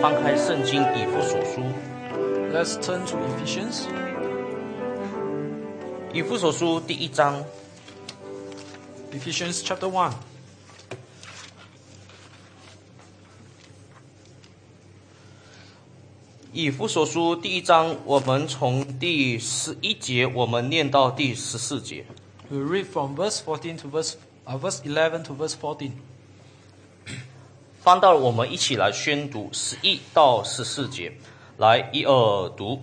翻开圣经以弗所书， Let's turn to Ephesians 以弗所书第一章 Ephesians chapter 1. 以弗所书第一章，我们从第十一节，我们念到第十四节。 We read from verse 14 to verse uh, verse 11 to verse 14. 翻到我们一起来宣读十一到十四节，来一二读。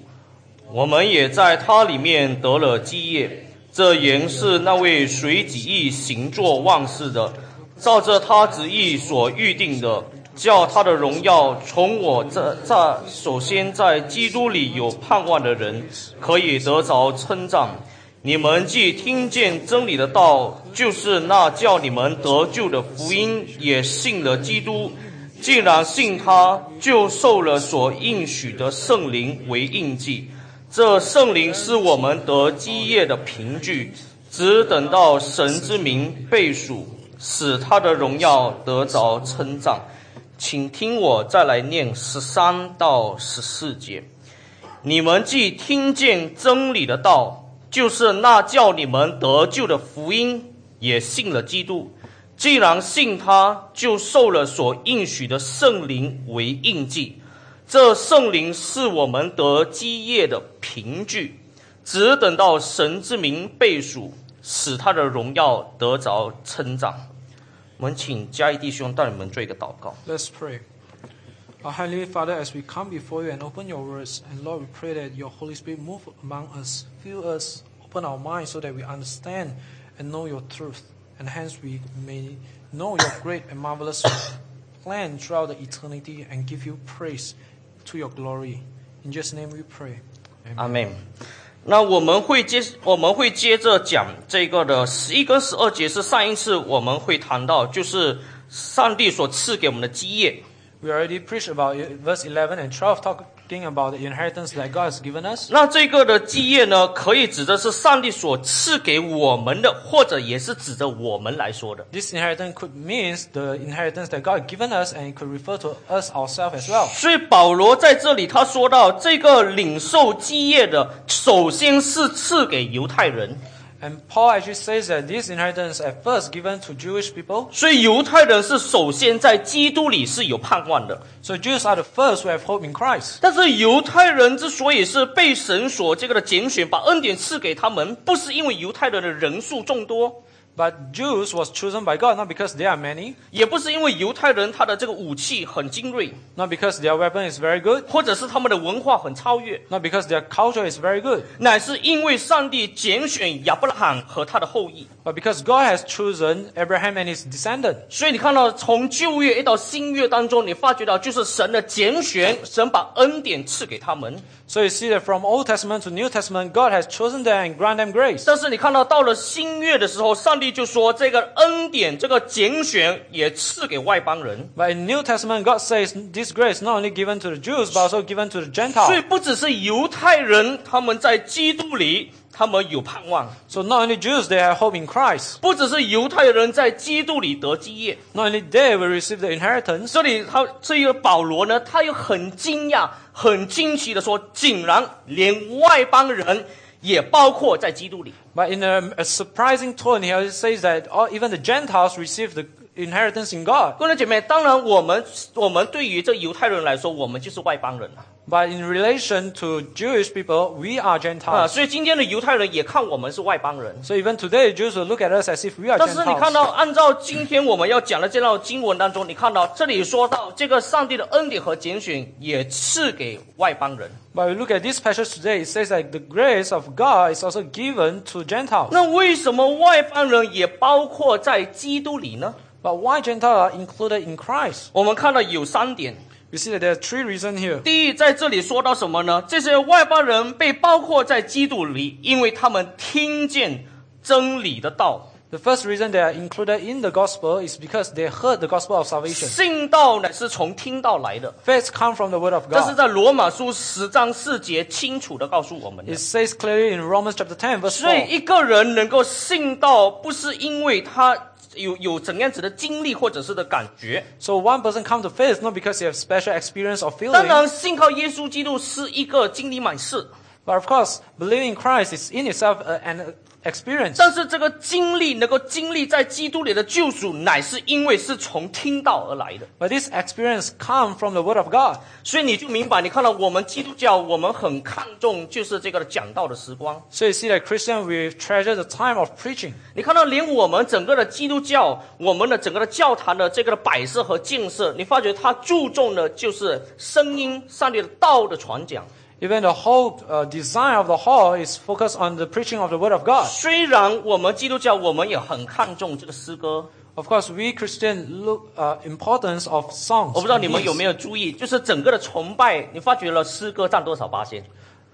我们也在他里面得了基业，这原是那位随己意行作万事的，照着他旨意所预定的，叫他的荣耀从我这这首先在基督里有盼望的人，可以得着称赞。你们既听见真理的道，就是那叫你们得救的福音，也信了基督。既然信他，就受了所应许的圣灵为印记。这圣灵是我们得基业的凭据，只等到神之名被数，使他的荣耀得着称赞。请听我再来念十三到十四节。你们既听见真理的道，就是那叫你们得救的福音，也信了基督。既然信他，就受了所应许的圣灵为印记。这圣灵是我们得基业的凭据，只等到神之名被数，使他的荣耀得着称赞。我们请嘉义弟兄带你们做一个祷告。 Let's pray. Our Heavenly Father, as we come before you and open your words, and Lord, we pray that your Holy Spirit move among us, fill us, open our minds so that we understand and know your truth, and hence we may know your great and marvelous plan throughout the eternity and give you praise to your glory. In Jesus' name we pray. 阿门。那我们会接，我们会接着讲这个的十一跟十二节是上一次我们会谈到，就是上帝所赐给我们的基业。 We already preached about it, verse 11 and 12, talking about the inheritance that God has given us. 那这个的基业呢，可以指的是上帝所赐给我们的，或者也是指着我们来说的。 This inheritance could means the inheritance that God given us, and it could refer to us ourselves as well. 所以保罗在这里他说到，这个领受基业的，首先是赐给犹太人， And Paul actually says that this inheritance at first given to Jewish people. 所以犹太人是首先在基督里是有盼望的。 So Jews are the first who have hope in Christ. 但是犹太人之所以是被神所这个的拣选，把恩典赐给他们，不是因为犹太人的人数众多， But Jews was chosen by God not because they are many, 也不是因为犹太人他的这个武器很精锐， not because their weapon is very good, 或者是他们的文化很超越， not because their culture is very good, 乃是因为上帝拣选亚伯拉罕和他的后裔。 but because God has chosen Abraham and his descendant. 所以你看到，从旧约一到新约当中，你发觉到就是神的拣选，神把恩典赐给他们。 So you see that from Old Testament to New Testament, God has chosen them and grant them grace. 但是你看到到了新约的时候，上帝就说这个恩典，这个拣选也赐给外邦人。 But in New Testament, God says this grace not only given to the Jews, but also given to the 所以 Gentiles. 不只是犹太人，他们在基督里，他们有盼望； So not only Jews, they have hope in Christ. 不只是犹太人在基督里得基业。 Not only they will receive the inheritance. 这里他这个保罗呢，他又很惊讶、很惊奇的说，竟然连外邦人也包括在基督里。 But in a, a surprising tone here, it says that all, even the Gentiles receive the inheritance in God. 各位姐妹，当然我们我们对于这犹太人来说，我们就是外邦人啊 But in relation to Jewish people, we are 啊， Gentiles. 所以今天的犹太人也看我们是外邦人。 So even today, Jews will look at us as if we are 但是你看 Gentiles. 到，按照今天我们要讲的这道经文当中，你看到这里说到这个上帝的恩典和拣选也赐给外邦人。 But we look at this passage today, it says that the grace of God is also given to Gentiles. 那为什么外邦人也包括在基督里呢？ But why Gentiles are included in Christ? 我们看到有三点。 We see that there are three reasons here. 第一，在这里说到什么呢？这些外邦人被包括在基督里，因为他们听见真理的道， The first reason they are included in the gospel is because they heard the gospel of salvation. 信道乃是从听到来的。 Faith come from the word of 这是 God. 在罗马书十章四节清楚的告诉我们的 It。says 哦 clearly in Romans chapter 10, verse 所 4. 以一个人能够信道，不是因为他有有怎样子的经历或者是的感觉。 So one person come to faith not because they have special experience or 当 feeling, 然，信靠耶稣基督是一个经历满事， but of course, believing in Christ is in itself uh, an uh, experience. 但是这个经历能够经历在基督里的救赎，乃是因为是从听到而来的。 But this experience come from the Word of God. 所以你就明白，你看到我们基督教，我们很看重就是这个讲道的时光。 So you see that Christian we treasure the time of preaching. 你看到，连我们整个的基督教，我们的整个的教堂的这个的摆设和建设，你发觉它注重的就是声音、上帝的道的传讲。 Even the whole uh, design of the hall is focused on the preaching of the Word of God. 虽然我们基督教，我们也很看重这个诗歌， Of course, we Christian look uh, importance of songs. 我不知道 and 你们有 hymns. 没有注意，就是整个的崇拜，你发觉了诗歌占多少八仙？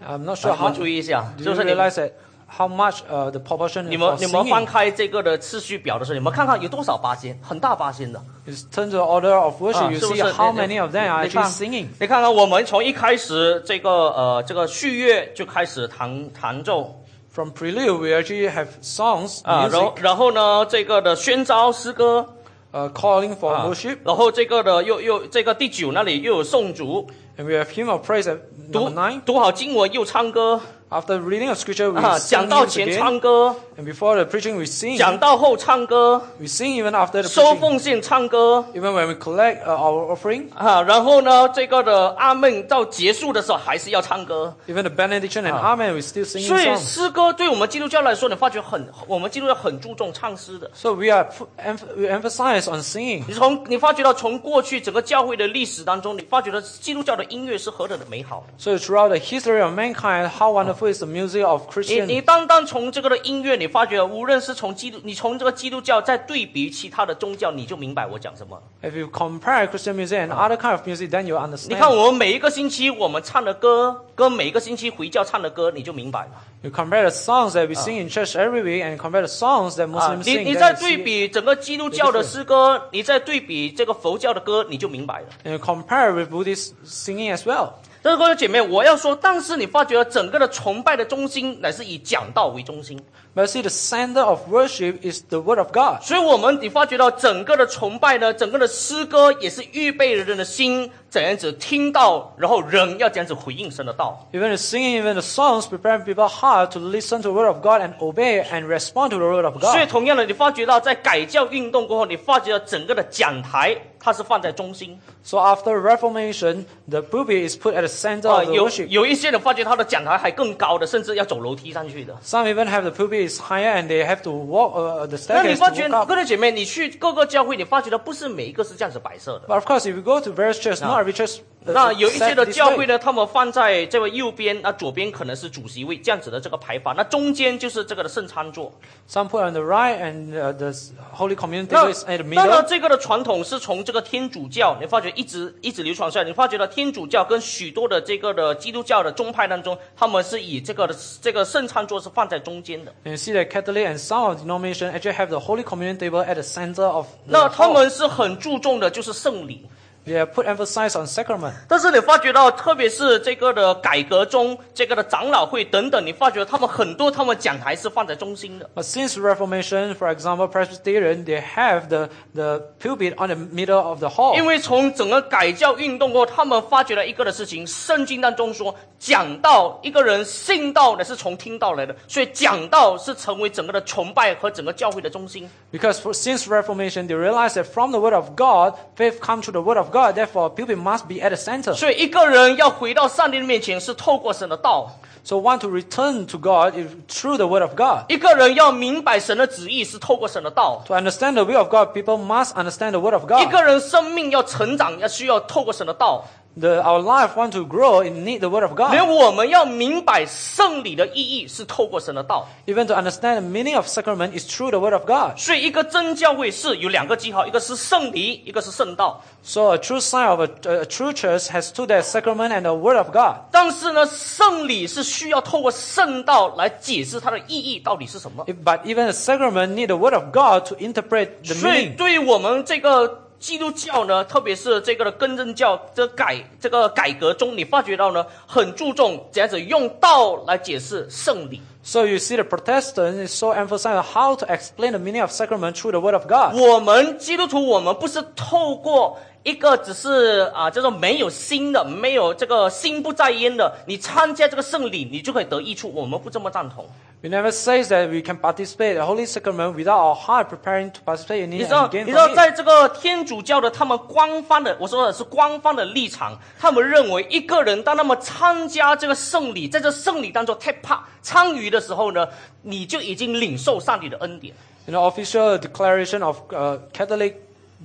I'm not 你 sure how. 们 Do 注意一下， you 就是你们 realize that how much uh, the proportion 你 of 们 of 你们翻 singing 开这个的次序表的时候，你们看看有多少八仙，很大八仙的。 is turn to the order of 啊 worship? 是 You 不 see 是？ how 你 many of them are 你看 actually singing. 你看看，我们从一开始这个呃这个序乐就开始弹弹奏 From prelude, we actually have songs, 啊，然 music, 后然后呢这个的宣召诗歌 uh, calling for 啊 worship, 然后这个的又又这个第九那里又有颂主， and we have hymn of praise at number 读 nine. 读好经文又唱歌 After reading of scripture, we 啊， sing 讲到 hymns 前 again, 唱歌， and before the preaching, we sing. 讲到后唱歌， We sing even after the 收 preaching. 奉献唱歌 Even when we collect uh, our offering, 啊，然后呢这个的阿门到结束的时候还是要唱歌。 even the benediction and amen, we still sing 所以 songs. 诗歌对我们基督教来说，你发觉很，我们基督教很注重唱诗的。 So we are f- emph- we emphasize on singing. 你从你发觉到从过去整个教会的历史当中，你发觉到基督教的音乐是何等的美好的。 So throughout the history of mankind, how wonderful is the music of 你你 Christian. 单单从这个的音乐，你发觉无论是从基督，你从这个基督教再对比其他的宗教，你就明白我讲什么了。 If you compare Christian music and other kind of music, then you 你看 understand. 我们每一个星期我们唱的歌，跟每一个星期回教唱的歌，你就明白了。 You compare the songs that we sing in church every week and compare the songs that 啊 Muslims 你 sing. 你 then 再 you 对 see- 比整个基督教的诗歌，你再对比这个佛教的歌，你就明白了。 And you compare with Buddhist singing as well. 但是各位姐妹，我要说，但是你发觉整个的崇拜的中心乃是以讲道为中心， But see, the center of worship is the Word of God. 所以我们你发觉到整个的崇拜呢，整个的诗歌也是预备了人的心怎样子听到，然后人要怎样子回应神的道。 Even the singing, even the songs prepare people's heart to listen to the Word of God and obey and respond to the Word of 所以 God. 同样的，你发觉到在改教运动过后，你发觉到整个的讲台它是放在中心 So after Reformation, the pulpit is put at the center 啊、 of the 有 worship. 有一些人发觉他的讲台还更高的，甚至要走楼梯上去的。 Some even have the pulpit is higher and they have to walk uh, the 那你 staircase 发 to 觉 walk 各 up. 位姐妹，你去各个教会，你发觉到不是每一个是这样子摆设的。 But of course, if you go to various churches, not every church. uh, 那有一些 set 的 this 教 way. 会呢，他们放在这个右边，那左边可能是主席位这样子的这个排法，那中间就是这个的圣餐座。 Some put on the right and uh, the s- Holy Communion 那 table is at the 那呢， middle. 这个的传统是从这个天主教，你发觉一直一直流传下来，你发觉到天主教跟许多的这个的基督教的宗派当中，他们是以这个的这个圣餐座是放在中间的。 And you see that Catholic and some of the denomination actually have the Holy Communion table at the center of 那 the 他 hall. 们是很注重的就是圣礼。 They have put emphasis on sacrament. 但是你发觉到，特别是这个的改革中，这个的长老会等等，你发觉他们很多他们讲台是放在中心的。 But since Reformation, for example, Presbyterian, they have the, the pulpit on the middle of the hall. 因为从整个改教运动过后，他们发觉了一个的事情，圣经当中说，讲到一个人信道呢是从听到来的，所以讲道是成为整个的崇拜和整个教会的中心。 Because for, since Reformation, they realized that from the Word of God, faith comes to the Word of God. Therefore, people must be at the center. 所以一个人要回到上帝的面前，是透过神的道； So, want to return to God is through the Word of God. 一个人要明白神的旨意，是透过神的道； To understand the will of God, people must understand the Word of 一 God. 个人生命要成长，要需要透过神的道。 The, our life want to grow, it need the Word of God. 连我们要明白圣礼的意义，是透过神的道。 Even to understand the meaning of sacrament is through the Word of God. 所以，一个真教会是有两个记号，一个是圣礼，一个是圣道。 So, a true sign of a, a true church has to the sacrament and the Word of God. 但是呢，圣礼是需要透过圣道来解释它的意义到底是什么。 If- But even a sacrament need the Word of God to interpret the 所以， meaning. 对于我们这个基督教呢，特别是这个更正教这改这个改革中，你发觉到呢，很注重这样子用道来解释圣礼。 So you see, the Protestant is so emphasized on how to explain the meaning of sacrament through the Word of God. 我们基督徒，我们不是透过一个只是啊叫做没有心的、没有这个心不在焉的，你参加这个圣礼，你就可以得益处。我们不这么赞同。 We never say that we can participate in the Holy Sacrament without our heart preparing to participate in 你 it 知道， and 你 gain 知道， from it. 在这个天主教的他们官方的，我说的是官方的立场，他们认为一个人当他们参加这个圣礼，在这圣礼当中 take part 参与的时候呢，你就已经领受上帝的恩典。 In the official declaration of uh, Catholic,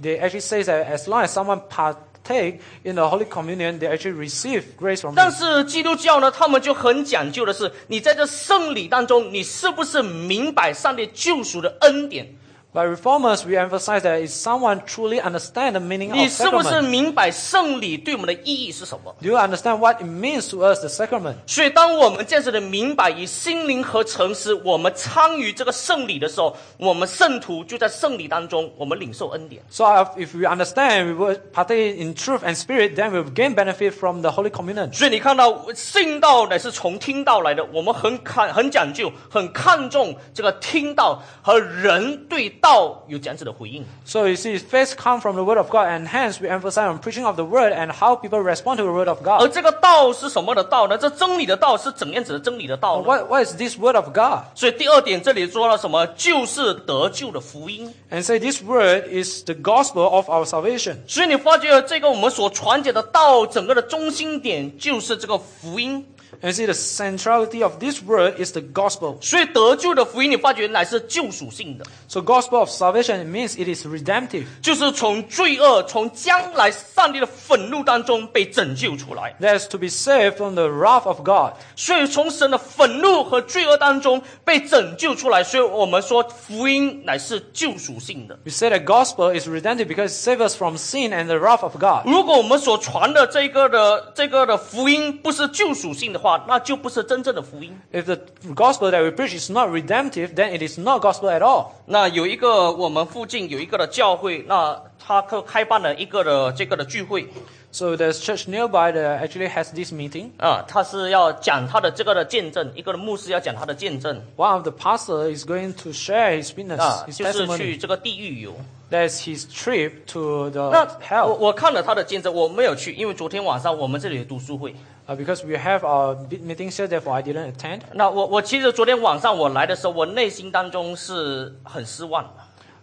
they actually say that as long as someone partake in the Holy Communion, they actually receive grace from 但 it. 是基督教呢，他们就很讲究的是，你在这圣礼当中，你是不是明白上帝救赎的恩典？ By reformers, we emphasize that if someone truly understand the meaning 你 of 是不是 sacrament, 明白圣礼对我们的意义是什么？ do you understand what it means to us, the sacrament? 所以，当我们这样子的明白以心灵和诚实，我们参与这个圣礼的时候，我们圣徒就在圣礼当中，我们领受恩典。 So if- if we understand, we will partake in truth and spirit, then we will gain benefit from the Holy Communion. 所以你看到信道乃是从听到来的，我们很看很讲究，很看重这个听到和人对道有这样子的回应。 So you see, faith comes from the Word of God, and hence we emphasize on preaching of the Word and how people respond to the Word of 而 God. 这个道是什么的道呢？这真理的道是怎样子的真理的道呢？ What, what is this Word of God? 所以第二点，这里说了什么？就是得救的福音。 And say this Word is the gospel of our salvation. 所以你发觉这个我们所传讲的道，整个的中心点就是这个福音。 And see, the centrality of this Word is the gospel. 所以得救的福音，你发觉乃是救赎性的， So gospel of salvation means it is redemptive. 就是从罪恶、从将来上帝的愤怒当中被拯救出来。 That is to be saved from the wrath of God. 所以从神的愤怒和罪恶当中被拯救出来。所以我们说福音乃是救赎性的。 We say the gospel is redemptive because it saves us from sin and the wrath of God. 如果我们所传的这个的这个的福音不是救赎性的话，那就不是真正的福音。 If the gospel that we preach is not redemptive, then it is not gospel at all. 那有一个我们附近有一个的教会，那他开开办了一个的这个的聚会 So there's church nearby that actually has this meeting. 啊，他是要讲他的这个的见证，一个的牧师要讲他的见证 One of the pastor is going to share his witness, 啊， his 就是去 testimony. 这个地狱游。 That's his trip to the 那我 hell 我看了他的见证，我没有去，因为昨天晚上我们这里有读书会。 Uh, because we have our big meeting here. Therefore, I didn't attend. 那我我其实昨天晚上我来的时候，我内心当中是很失望的。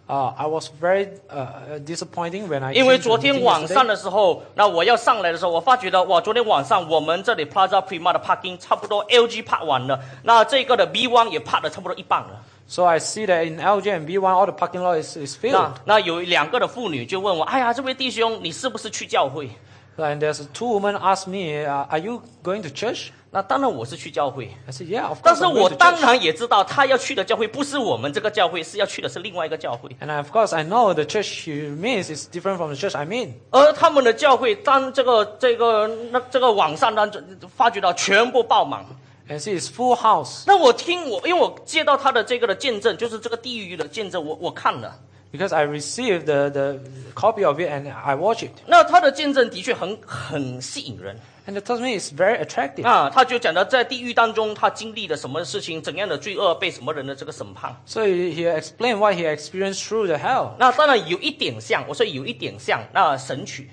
Uh, I was very uh, uh, disappointing when I 因 came 为 to 昨 the 天 meeting 晚上 yesterday. 的时候，那我要上来的时候，我发觉到哇，昨天晚上我们这里 Plaza Prima 的 parking 差不多 LG park 完了，那这个的 B one 也 park 了差不多一半了。 So I see that in LG and B1, all the parking lot is, is 那 filled. 那有两个的妇女就问我，哎呀，这位弟兄，你是不是去教会？ And there's two women asked me, uh, "Are you going to church?" 那当然我是去教会， I said, "Yeah, of 但 course." 是 I'm 我 going to 当 church." 然也知道他要去的教会不是我们这个教会，是要去的是另外一个教会。 And of course, I know the church he means is different from the church I mean. 而他们的教会当这个这个那这个网上当中发觉到全部爆满。 And see, it's full house 那我听我，因为我接到他的这个的见证，就是这个地狱的见证，我我看了。 because I received the, the copy of it and I watch it. 那他的见证的确很很吸引人 And it tells me it's very attractive. 啊，他就讲到在地狱当中他经历了什么事情，怎样的罪恶被什么人的这个审判。 So he, he explained what he experienced through the hell. 那当然有一点像，我说有一点像那神曲，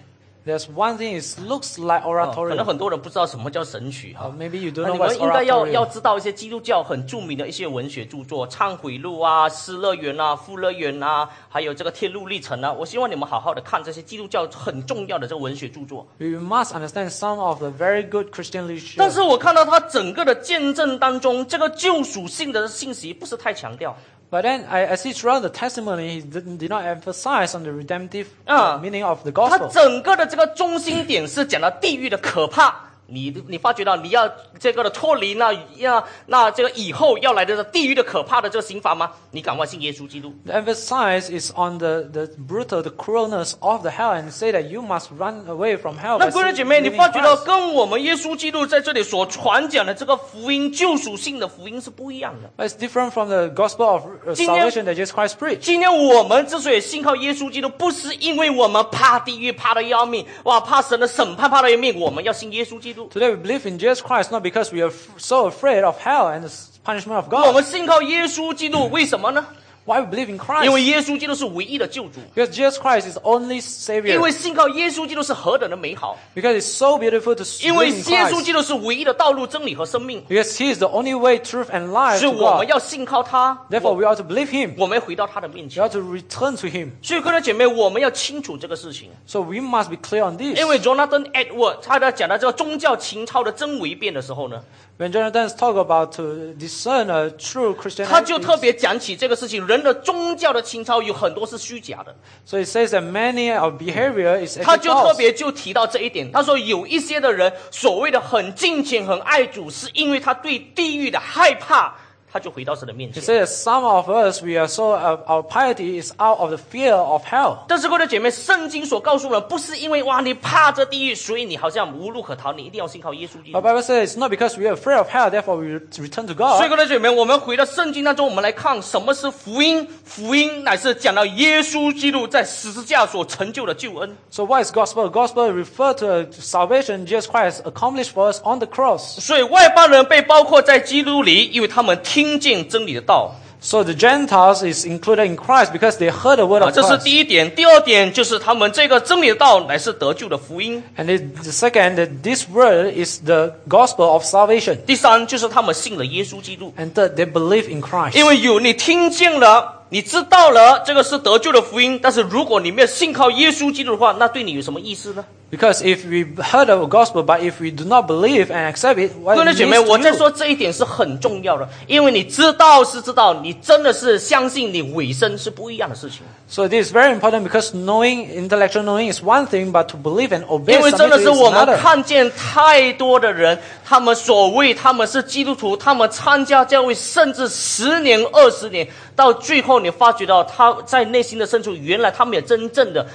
There's one thing it looks 啊 like 可 oratorio. 能很多人不知道什么叫神曲哈 Uh,。maybe you 那 don't know 你们 what's 应该要要 oratorio. 知道一些基督教很著名的一些文学著作，《忏悔录》啊，《失乐园》啊，《富乐园》啊，还有这个《天路历程》啊。我希望你们好好的看这些基督教很重要的这个文学著作。 We must understand some of the very good Christian 但 literature. 是我看到他整个的见证当中，这个救赎性的信息不是太强调 But then I, I see throughout the testimony, he did, did not emphasize on the redemptive Ah. meaning of the 他 gospel. 整个的这个中心点是讲到地狱的可怕，你你发觉到你要这个的脱离那要那这个以后要来的这地狱的可怕的这个刑罚吗？你赶快信耶稣基督。 The emphasis is on the, the brutal, the cruelness of the hell and say that you must run away from hell. 那 by 各位 sin- 姐妹，你 believing 发觉到 Christ. 跟我们耶稣基督在这里所传讲的这个福音救赎性的福音是不一样的。 But it's different from the gospel of uh, Jin- salvation that Jesus Christ preached. 今天我们之所以信靠耶稣基督，不是因为我们怕地狱怕的要命，哇，怕神的审判怕的要命，我们要信耶稣基督。 Today we believe in Jesus Christ not because we are f- so afraid of hell and the s- punishment of 我 God. 们信靠耶稣基督，为什么呢？ Why we believe in 因为 Christ? 耶稣基督是唯一的救主， Because Jesus Christ is the only Savior. 因为信靠耶稣基督是何等的美好， Because it's so beautiful to 因为 believe in 耶稣 Christ. 基督是唯一的道路、真理和生命， Because He is the only way, truth, and life 所以 to 我们 God. 要信靠他， Therefore, we ought to believe Him. 我们回到他的面 We 前。 ought to return to Him. 所以，各位姐妹，我们要清楚这个事情。 So we must be clear on this. 因为 Jonathan Edward 他在讲到这个宗教情操的真伪辨的时候呢， When Jonathan talk about to discern a true Christian, 他就特别讲起这个事情，人的宗教的情操有很多是虚假的， so it says that many of behavior is 他 actually 就特 false. 别就提到这一点，他说有一些的人所谓的很敬虔、很爱主，是因为他对地狱的害怕，他就回到神的面 He 前。 says that some of us we are so uh, our piety is out of the fear of hell. 但是，各位姐妹，圣经所告诉我们，不是因为哇你怕这地狱，所以你好像无路可逃，你一定要信靠耶稣基 The 督。 Bible says it's not because we are afraid of hell, therefore we ret- return to God. 所以，各位姐妹，我们回到圣经当中，我们来看什么是福音。福音乃是讲到耶稣基督在十字架所成就的救恩。 So what is gospel? Gospel refer to uh, salvation Jesus Christ accomplished for us on the cross. 所以，外邦人被包括在基督里，因为他们听见真理的道 So the Gentiles is included in Christ because they heard the word 啊， of 这是 Christ. 第一点。第二点就是他们这个真理的道乃是得救的福音。 And it, the second, that this word is the gospel of salvation. 第三就是他们信了耶稣基督， And third, they believe in Christ. 因为有你听见了，你知道了这个是得救的福音，但是如果你没有信靠耶稣基督的话，那对你有什么意思呢？ Because if we heard of the gospel, but if we do not believe and accept it, what 各 it 位 means 姐妹，我在 to you? 说这一点是很重要的，因为你知道是知道，你真的是相信你委身是不一样的事情。 So this is very important because knowing, intellectual knowing is one thing, but to believe and obey 因为 something 真的 is 是我们 another. 看见太多的人，他们所谓他们是基督徒，他们参加教会甚至十年、二十年，到最后你发觉到他在内心的深处，原来他们也真正的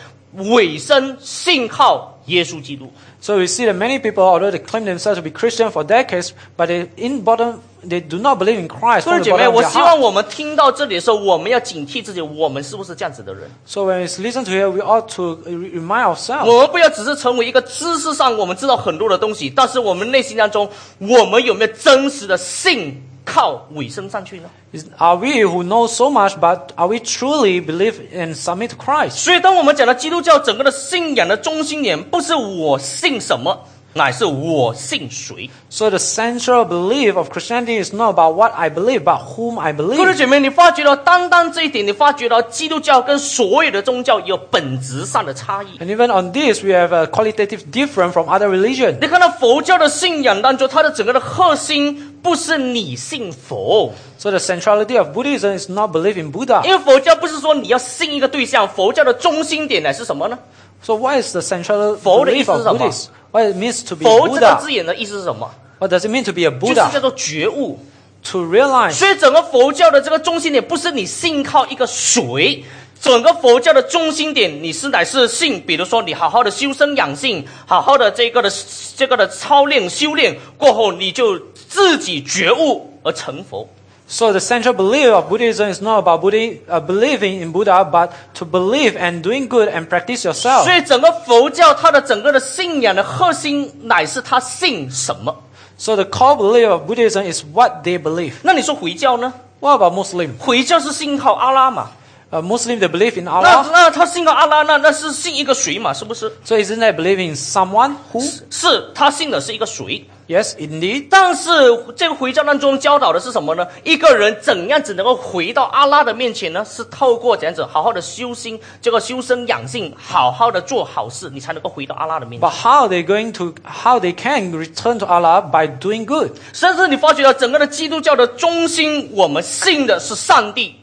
委身信靠耶稣基督。 So we see that many people, although they claim themselves to be Christian for decades, but they, in bottom, they do not believe in Christ 各位 from the 姐妹， bottom 我 of their 希望 heart. 我们听到这里的时候，我们要警惕自己，我们是不是这样子的人？ So when we listen to here, we ought to re- remind ourselves. 我们不要只是成为一个知识上我们知道很多的东西，但是我们内心当中，我们有没有真实的信靠委身上去呢？ Is- Are we who know so much, but are we truly believe and submit to Christ? 所以，当我们讲到基督教整个的信仰的中心点，不是我信什么，乃是我信谁。 So the central belief of Christianity is not about what I believe, but whom I 各 believe. 位姐妹，你发觉到单单这一点，你发觉到基督教跟所有的宗教有本质上的差异。 And even on this, we have a qualitative difference from other religion. 你看到佛教的信仰当中，它的整个的核心不是你信佛， So the centrality of Buddhism is not belief in Buddha. 因为佛教不是说你要信一个对象，佛教的中心点乃是什么呢？ So what is the central 佛的 belief 意思是什么？ of Buddhists? What it means to be a 佛这个 Buddha? 字眼的意思是什么？ What does it mean to be a 就是 Buddha? 叫做觉悟。 To realize. 所以整个佛教的这个中心点不是你信靠一个谁，整个佛教的中心点你是乃是信，比如说你好好的修身养性，好好的这个的这个的操练修炼过后，你就自己觉悟而成佛。 So the central belief of Buddhism is not about Buddhi, uh, believing in Buddha, but to believe and doing good and practice yourself. 所以整个佛教它的整个的信仰的核心乃是他信什么。 So the core belief of Buddhism is what they believe. 那你说回教呢？ What about Muslim? 回教是信靠阿拉嘛？ Uh, Muslim they believe in 那 Allah. 那他信靠阿拉，那那是信一个谁嘛？是不是？ So isn't that believing in someone who? 是他信的是一个谁？ Yes, indeed. 但是这个回教当中教导的是什么呢？一个人怎样子能够回到阿拉的面前呢？是透过怎样子好好的修心，这个修身养性，好好的做好事，你才能够回到阿拉的面前。 But how they going to how they can return to Allah by doing good? 甚至你发觉到整个的基督教的中心，我们信的是上帝，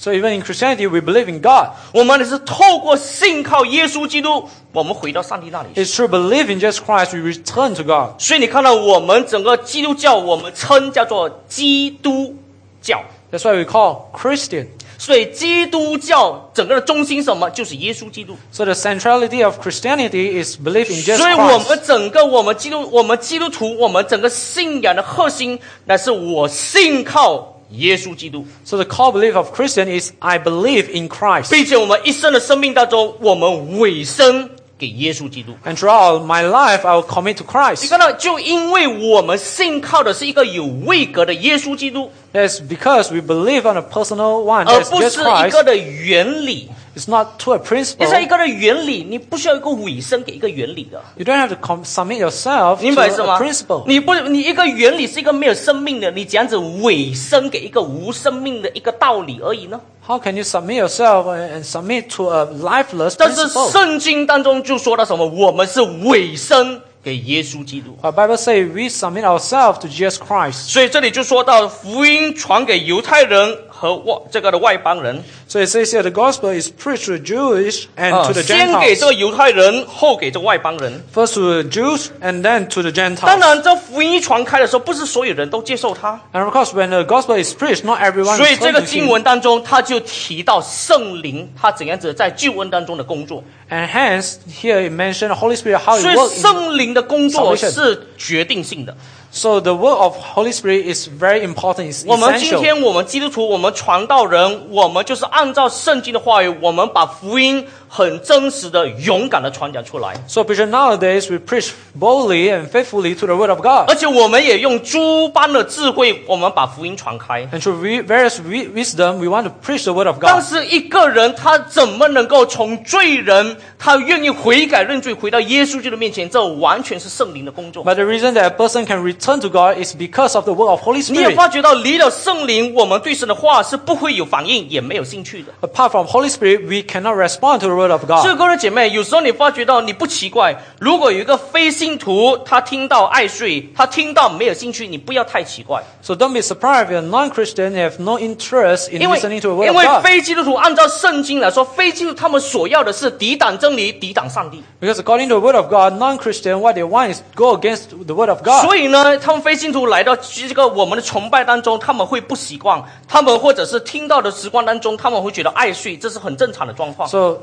So even in Christianity, we believe in God. 我们是透过信靠耶稣基督，我们回到上帝那里去。 It's through belief in Jesus Christ we return to God. 所以你看到我们整个基督教，我们称叫做基督教。 That's why we call Christian. 所以基督教整个的中心是什么？就是耶稣基督。 So the centrality of Christianity is belief in 所 Jesus 以我 Christ. 们整个我们基督我们基督徒我们整个信仰的核心，乃是我信靠耶稣基督， So the core belief of Christian is I believe in Christ. 并且我们一生的生命当中，我们委身给耶稣基督。 And throughout my life, I will commit to 你 Christ. 看到，就因为我们信靠的是一个有位格的耶稣基督， That's because we believe on a personal one. 而 That's 不 Jesus 是一个 Christ. Oh 的原理。 It's not to a principle. 你是一个的原理，你不需要一个尾声给一个原理的， You don't have to com- submit yourself 明 to 白是 a 吗 principle.？你不，你一个原理是一个没有生命的，你怎样子尾声给一个无生命的一个道理而已呢？ How can you submit yourself and and submit to a lifeless 但是 principle? 圣经当中就说到什么？我们是委身给耶稣基督。 Our Bible says we submit ourselves to Jesus Christ. 所以这里就说到福音传给犹太人和外这个的外邦人， So it says here the gospel is preached to the Jewish and 啊 to the 先给这个 Gentiles. 犹太人，后给这个外邦人。 First to the Jews and then to the 当 Gentiles. 然，这福音一传开的时候，不是所有人都接受它。 And of course, when the gospel is preached, not everyone 所以 turns 这个 to 经 him. 文当中，他就提到圣灵他怎样子在救恩当中的工作。 And hence, here it mentioned the Holy Spirit, how 所 it 以 works. in- 圣灵的工作 Salvation 是决定性的。 So the work of Holy Spirit is very important, it's 我们今 essential. 天我们基督徒，我们传道人，我们就是按照圣经的话语，我们把福音很真实的、勇敢的传讲出来， So Christian nowadays, we preach boldly and faithfully to the Word of God. 而且我们也用诸般的智慧，我们把福音传开。 And through we- various wi- wisdom, we want to preach the Word of 但 God. 是一个人他怎么能够从罪人，他愿意悔改认罪，回到耶稣基督面前？这完全是圣灵的工作。 But the reason that a person can return to God is because of the work of Holy 你也 Spirit. 发觉到，离了圣灵，我们对神的话是不会有反应，也没有兴趣的。 Apart from Holy Spirit, we cannot respond to the Word of 所以， God. 各位姐妹，有时候你发觉到你不奇怪，如果有一个非信徒，他听到爱睡，他听到没有兴趣，你不要太奇怪， So don't be surprised if you're non-Christian and have no interest in 因为 listening to the Word 因 of 为 God. 非基督徒按照圣经来说，非基督徒他们所要的是抵挡真理，抵挡上帝。 Because according to the Word of God, non-Christian, what they want is go against the Word of God. 所以呢，他们非信徒来到这个我们的崇拜当中，他们会不习惯，他们或者是听到的时光当中，他们会觉得爱睡，这是很正常的状况。 So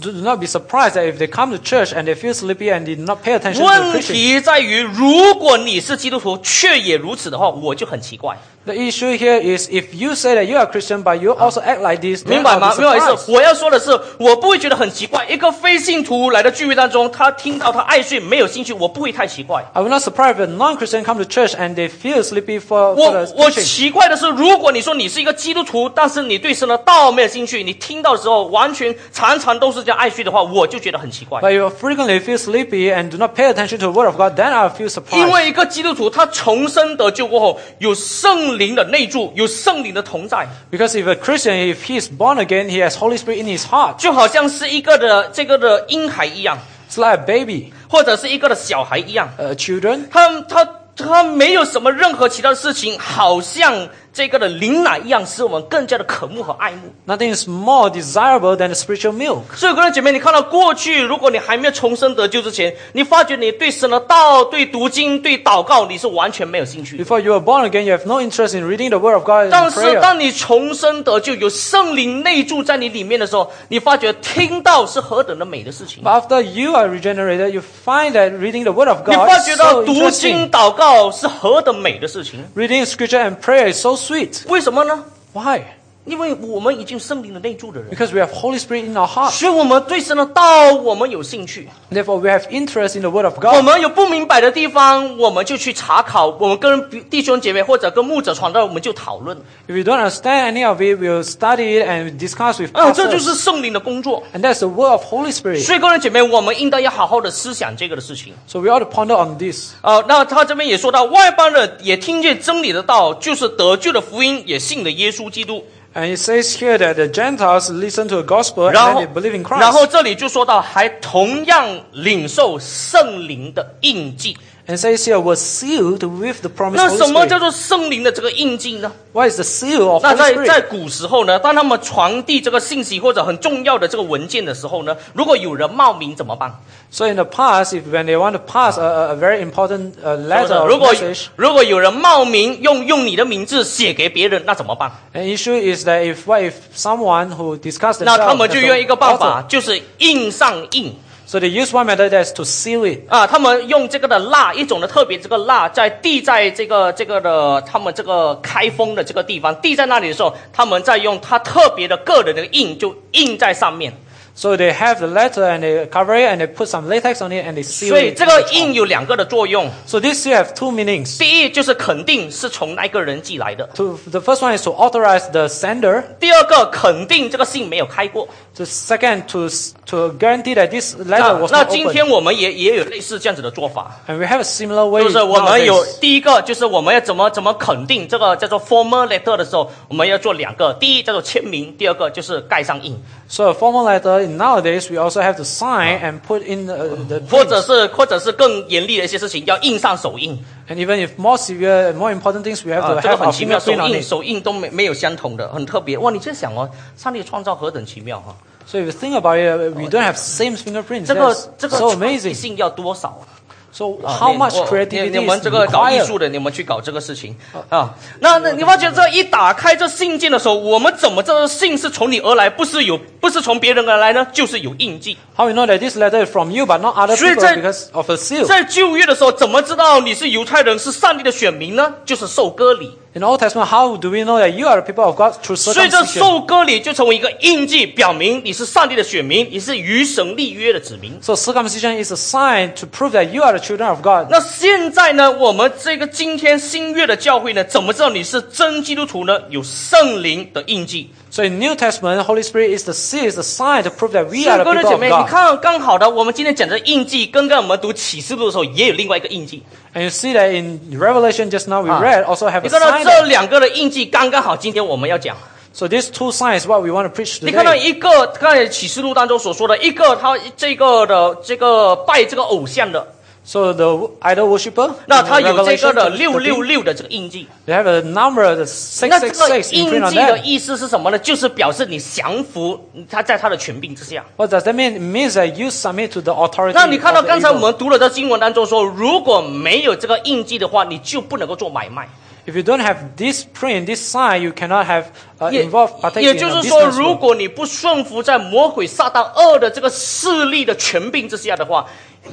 do not be surprised that if they come to church and they feel sleepy and did not pay attention to the 问 preaching. 题在于，如果你是基督徒却也如此的话，我就很奇怪， The issue here is if you say that you are Christian but you also act like this, 明 then 白 I'll 吗 be？没有意思， surprised. 我要说的是，我不会觉得很奇怪。一个非信徒来到聚会当中，他听到他爱睡没有兴趣，我不会太奇怪。 I will not surprise if a non-Christian come to church and they feel sleepy for, 我 for the 我 preaching. 奇怪的是，如果你说你是一个基督徒，但是你对神的道没有兴趣，你听到的时候完全常常都是这样爱睡的话，我就觉得很奇怪。 But you frequently feel sleepy and do not pay attention to the word of God, then I'll feel 因 surprised. 为一个基督徒，他重生得救过后，有圣灵的内住，有圣灵的同在。 Because if a Christian, if he is born again, he has Holy Spirit in his heart. 就好像是一个的这个的婴孩一样， It's like a baby, 或者是一个的小孩一样， uh, children. 他他他没有什么任何其他的事情，好像这个的灵奶一样，使我们更加的渴慕和爱慕。 Nothing is more desirable than the spiritual milk. 所以，各位姐妹，你看到过去，如果你还没有重生得救之前，你发觉你对神的道、对读经、对祷告，你是完全没有兴趣的。 Before you were born again, you have no interest in reading the word of God 但 and 是， prayer. 当你重生得救，有圣灵内住在你里面的时候，你发觉听到是何等的美的事情。 But after you are regenerated, you find that reading the word of 你 God 发 is 觉到 so 读 interesting. 经、祷告是何等美的事情。 Reading scripture and prayer is so sweet. 为什么呢？ Why? 因为我们已经圣灵的内住的人， Because we have Holy Spirit in our heart. 所以我们对神的道我们有兴趣。 Therefore, we have interest in the Word of 我 God. 们有不明白的地方，我们就去查考。我们跟弟兄姐妹或者跟牧者传道，我们就讨论。 If we don't understand any of it, we'll study it and discuss with 嗯，这就是 pastors. 圣灵的工作。 And that's the work of Holy Spirit. 所以，各位姐妹，我们应当要好好的思想这个的事情。 So we ought to ponder on this. 呃，那他这边也说到，外邦人也听见真理的道，就是得救的福音，也信了耶稣基督。 And it says here that the Gentiles listen to the gospel and 然 then 后 they believe in，然后 Christ. 这里就说到，还同样领受圣灵的印记。 And it says here, was sealed with the promised 那 Holy 什么叫 Spirit. 做圣灵的这个印记呢？ What is the seal of 那 Holy 在在 Spirit? 古时候呢，当他们传递这个信息或者很重要的这个文件的时候呢，如果有人冒名怎么办？ So in the past, if when they want to pass a, a, a very important uh, 是不 letter 是 or 如果 message, 如果有人冒名用用你的名字写给别人，那怎么办？ an issue is that if what if someone who discussed 那他 themselves 们 as 就用一 the 个办法， author, 就是印上印 so they use one method that is to seal it. 啊，他们用这个的蜡一种的特别这个蜡，在滴在这个这个的他们这个开封的这个地方滴在那里的时候，他们再用他特别的个人的印就印在上面， So they have the letter and they cover it and they put some latex on it and they seal 所以 it. 这个印有两个的作用。 So these seal have two meanings. 第一就是肯定是从那个人寄来的， To, the first one is to authorize the sender. 第二个肯定这个信没有开过。 The second to s- to guarantee that this letter 那 was 那 not 今 opened. 天哎我们也也有类似这样子的做法， And we have a similar way. 就是我们哎有 nowadays. 第一个就是我们要怎么怎么肯定这个叫做 formal letter 的时候，我们要做两个，第一叫做签名，第二个就是盖上印， So a formal letter nowadays we also have to sign and put in uh, the 或者 things. 是或者是更严厉的一些事情要印上手印 and even if more severe and more important things we have 啊， to 这个 have 很 our 奇妙，手 fingerprint on 印 it. 手印都没没有相同的，很特别哇！你在想哦，上帝创造何等奇妙哈、 So if you think about it, uh, we don't have same fingerprints. 这个 That's 这个 so 创意 amazing. 性要多少啊？ So 啊 how 你 much 我你 creativity 你们 is 这个搞艺 required? 术的，你们去搞这个事情啊？那那你发觉这一打开这信件的时候，我们怎么知道信是从你而来，不是有不是从别人而来呢？就是有印记。 How we know that this letter is from you but not other 所以 people 在 because of a seal? 在旧约的时候，怎么知道你是犹太人，是上帝的选民呢？就是受割礼。 In Old Testament, how do we know that you are the people of God through 所以这 circumcision? 受割礼就成为一个印记，表明你是上帝的选民，你是与神立约的子民。 So circumcision is a sign to prove that you are the children of God. 那现在呢？我们这个今天新月的教会呢，怎么知道你是真基督徒呢？有圣灵的印记。 So in New Testament, Holy Spirit is the seal, is the sign to prove that we 是 are 各 the 位 people 姐 of 妹，你 God. 看，刚好的，我们今天讲的印记，跟刚我们读启示录的时候，也有另外一个印记。 And you see that in Revelation just now we read also have 你 a 看到 sign. 这 there. 两个的印记，刚刚好，今天我们要讲。 So these two signs what we want to preach 你看到 today. 一个刚才启示录当中所说的一个，他这个的这个拜这个偶像的， So the idol worshipper, 那 in 他有这 Revelation 个的 13, 六六六的这个印记。 they have a number, the 那这个666印 imprint on 记的 that. 意思是什么呢？就是表示你降服他在他的权柄之下。 What does that mean? It means that you submit to the authority 那 of 你看到 the 刚才我 evil. 们读了这经文当中说，如果没有这个印记的话，你就不能够做买卖。 If you don't have this print, this sign, you cannot have uh, 也 involved partaking 也 in 就 a 是说， business. 如 work. 果你不顺服在魔鬼撒旦二的这个势力的权柄之下的话，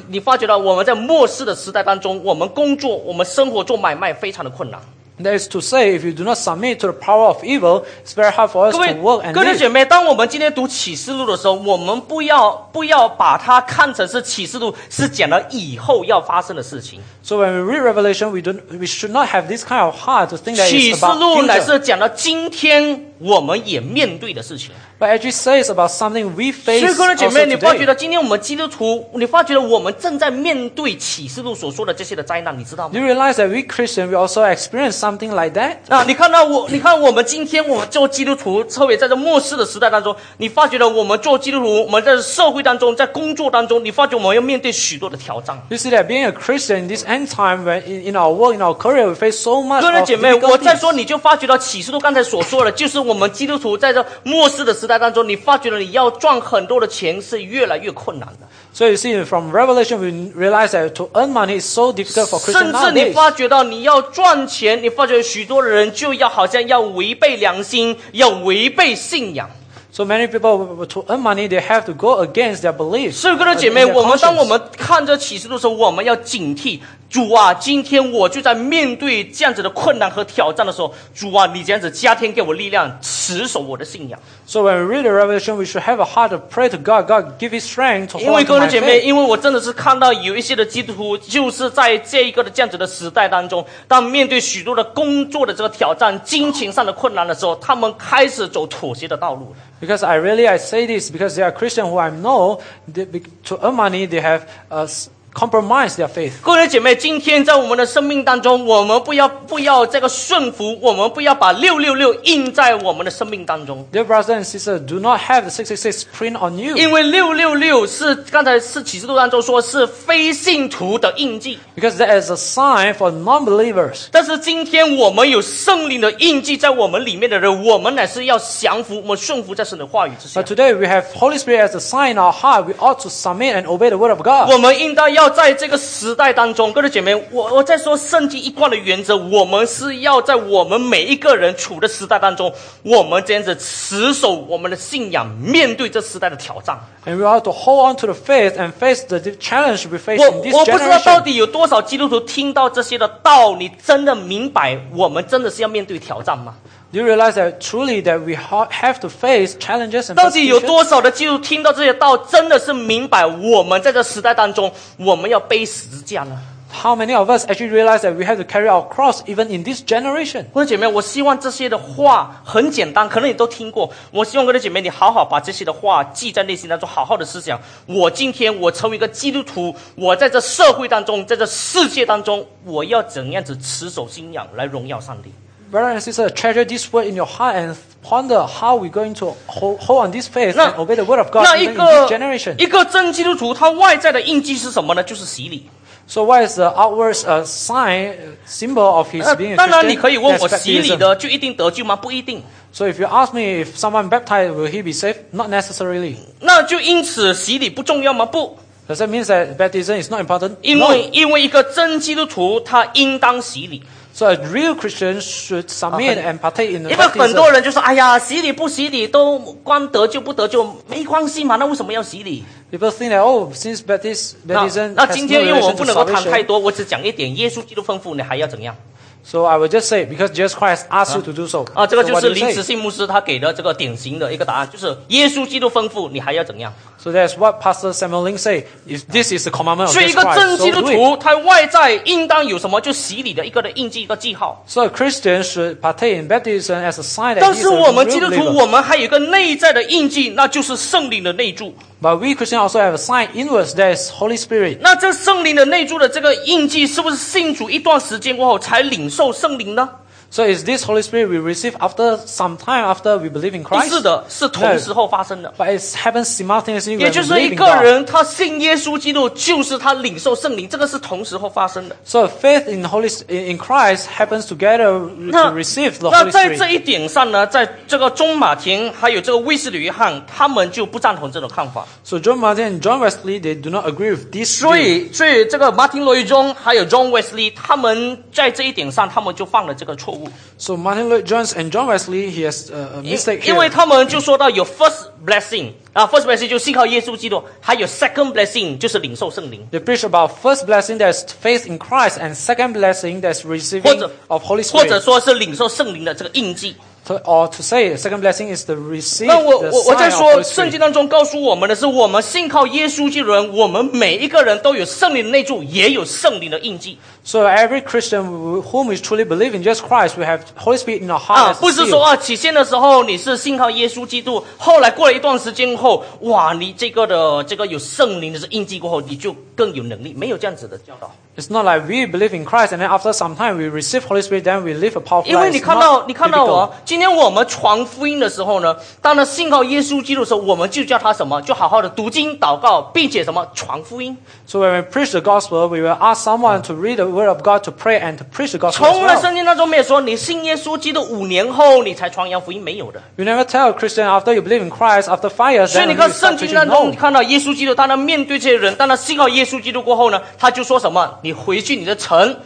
你发觉到我们在末世的时代当中，我们工作、我们生活、做买卖非常的困难。 That is to say, if you do not submit to the power of evil, it's very hard for 各 us to 位 work and 各位 live. 姐妹，当我们今天读启示录的时候，我们不要不要把它看成是启示录是讲了以后要发生的事情。 So when we read Revelation, we don't, we should not have this kind of heart to think that 启 it's 示 about 录乃 future. 是讲了今天我们也面对的事情。 But actually says about something we 所以， face 各位哎 also 哦姐妹，你发觉 today. 到今天我们基督徒，你发觉到我们正在面对启示录所说的这些的灾难，你知道吗？ Do you realize that we Christian, we also experience something like that? 啊那你看到我，你看我们今天我们做基督徒，特别在这末世的时代当中，你发觉到我们做基督徒，我们在社会当中，在工作当中，你发觉我们要面对许多的挑战。 You see that being a Christian in this end time, when in, in our work, in our career, we face so much 各位 of 姐妹，我再 difficulties. 说，你就发觉到启示录刚才所说的，就是我们基督徒在这末世的时代当中，你发觉了你要赚很多的钱是越来越困难的。 So you see, from Revelation, we realize that to earn money is so difficult for 甚 Christians 至你 nowadays. 发觉到你要赚钱，你发觉许多的人就要好像要违背良心，要违背信仰。 So many people, to earn money, they have to go against their beliefs. 所以，各位 and 姐妹， their 我们 conscience. 当我们看这启示录的时候，我们要警惕主啊！今天我就在面对这样子的困难和挑战的时候，主啊，你这样子加添给我力量，持守我的信仰。 So when we read the Revelation, we should have a heart to pray to God. God, give His strength to 因为 hold 各 on 位 my 姐妹， faith. 因为我真的是看到有一些的基督徒，就是在这一个的这样子的时代当中，当面对许多的工作的这个挑战、金钱上的困难的时候，他们开始走妥协的道路了。 Because I really, I say this because there are Christians who I know, they, be- to earn money, they have uh, s- compromise their faith. 各位姐妹，今天在我们的生命当中，我们不要不要这个顺服，我们不要把六六六印在我们的生命当中， Dear brothers and sisters, do not have the 666 print on you 因为六六六是刚才是启示录当中说是非信徒的印记， because that is a sign for non-believers. 但是今天我们有圣灵的印记在我们里面的人，我们乃是要降服，我们顺服在神的话语之下 But。today we have Holy Spirit as a sign in our heart. We ought to submit and obey the word of God. 我们应当要在这个时代当中，各位姐妹，我我在说圣经一贯的原则，我们是要在我们每一个人处的时代当中，我们这样子持守我们的信仰，面对这时代的挑战。 And we ought to hold on to the faith and face the di- challenge we face 我 in 我 this 不知道到 generation. 底有多少基督徒听到这些的道理，真的明白我们真的是要面对挑战吗？ Do you realize that truly that we ha- have to face challenges and 到底有 persecution? 多少的基督徒听到这些道，真的是明白我们在这时代当中，我们要背十字架呢？ How many of us actually realize that we have to carry our cross even in this generation? 或者姐妹，我希望这些的话很简单，可能你都听过。我希望各位姐妹，你好好把这些的话记在内心当中，好好的思想。我今天我成为一个基督徒，我在这社会当中，在这世界当中，我要怎样子持守信仰来荣耀上帝？ Brother and sister, treasure this word in your heart and ponder how we're going to hold, hold on this faith and obey the word of 那 God 一 even in 个 this generation. 一个真基督徒，他外在的印记是什么呢？就是洗礼。 So what is the outward uh, sign, uh, symbol of his 那 being a 呃当然，你可以 Christian? 问 That's 我，洗礼 baptism. 的就一定得救吗？不一定。 So if you ask me if someone baptized, will he be saved? Not necessarily. 那就因此洗礼不重要吗？不， Does that mean that baptism is not important? 因 No. 为、因为一个真基督徒他应当洗礼。 So a real Christian should submit Uh, and partake in the 因为很多 baptism. 人就说：“哎呀，洗礼不洗礼都光得救不得救没关系嘛，那为什么要洗礼 People think that, oh, since baptis-？” 那 baptism 那 has 今 no 天因为我们 relation 不 to 能够谈太 salvation, 多，我只讲一点，耶稣基督吩咐你还要怎样 so I will just say, because Jesus Christ asked you to do so. 啊？这个 So 就 what 是 do 林 you 慈 say? 信牧师他给的这个典型的一个答案，就是耶稣基督吩咐你还要怎样。 So that's what Pastor Samuel Ling say. If this is the commandment of 所以一 Jesus 个真 Christ, 基督 so do it. 徒他外在应当有什么？就洗礼的一个的印记，一个记号。 So a Christian should partake in baptism as a sign that 但 he is 是 a 我 real 们基督徒， believer. 我们还有一个内在的印记，那就是圣灵的内住。 But we Christians also have a sign inwards that is Holy Spirit. 那这圣灵的内住的这个印记，是不是信主一段时间过后才领受圣灵呢？ So is this Holy Spirit we receive after some time after we believe in 不 Christ? 是的，是同时候发生的。 But it happens simultaneously 也 when we 就是一 believe in 个 God. 人他信耶稣基督，就是他领受圣灵，这个是同时候发生的。 So faith in Holy in Christ happens together to 那 receive the 那 Holy 在这 Spirit. 一点上呢，在这个中马田还有这个卫斯理约翰，他们就不赞同这种看法。 So John Martin and John Wesley they do not agree with this. 所 view. 以，所以这个马丁·罗伊中还有 John Wesley，他们在这一点上，他们就犯了这个错误， So Martin Lloyd Jones and John Wesley he has uh, a 因 mistake 因为 here. 他们就说到有 first blessing 啊，first blessing 就信靠耶稣基督，还有 second blessing 就是领受圣灵， They preach about first blessing that's faith in Christ and second blessing that's 或 receiving 者 of Holy 或者 Spirit. 说是领受圣灵的这个印记。 To- or to say second blessing is the receive 那我 the 我我 sign 在 of Holy 说，圣 Spirit. 经当中告诉我们的是，我们信靠耶稣基督的人，我们每一个人都有圣灵的内住，也有圣灵的印记 So every Christian who- whom we truly believe in Jesus Christ, we have Holy Spirit in our 啊 heart，不 as a 是 seal. 说啊起先的时候你是信靠耶稣基督，后来过了一段时间后，哇，你这个的这个有圣灵的印记过后，你就更有能力，没有这样子的教导。 It's not like we believe in Christ and then after some time we receive Holy Spirit, then we live a powerful 因为 life. 你 It's 看到， not 你看到 biblical. 我，今天我们传福音的时候呢，当他信靠耶稣基督的时候，我们就叫他什么？就好好的读经、祷告，并且什么传福音。 So when we preach the gospel, we will ask someone to read the word of God, to pray, and to preach the gospel 从 as 了 well. 圣经当中没有说你信耶稣基督五年后你才传扬福音，没有的。 You never tell a Christian after you believe in Christ, after five years, 所以 then 你 you 看圣 start 经 preaching. 当中，你 No. 看到耶稣基督，当他面对这些人，当他信靠耶稣基督过后呢，他就说什么？你回去你的城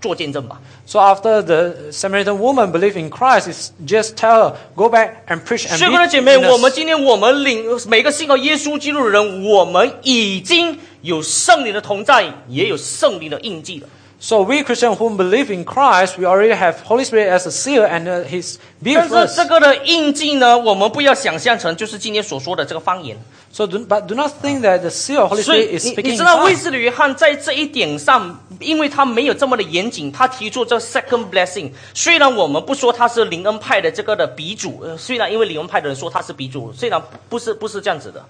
做见证吧。 So after the Samaritan woman believed in Christ, it's just tell her, go back and preach and 所以， be 各位姐妹，我 witness. 们今天我们领每个信靠耶稣基督的人，我们已经有圣灵的同在，也有圣灵的印记了。 So we Christians who believe in Christ, we already have Holy Spirit as a seal and uh, His be 但 with 是 us. 这个的印记呢，我们不要想象成就是今天所说的这个方言。 So do, but do not think that the seal of Holy 所以 Spirit is 你 speaking 你 in 知道卫 tongues. 斯理约翰在这一点上，因为他没有这么的严谨，他提出这 second blessing。虽然我们不说他是灵恩派的这个的鼻祖，呃，虽然因为灵恩派的人说他是鼻祖，虽然不是不是这样子的，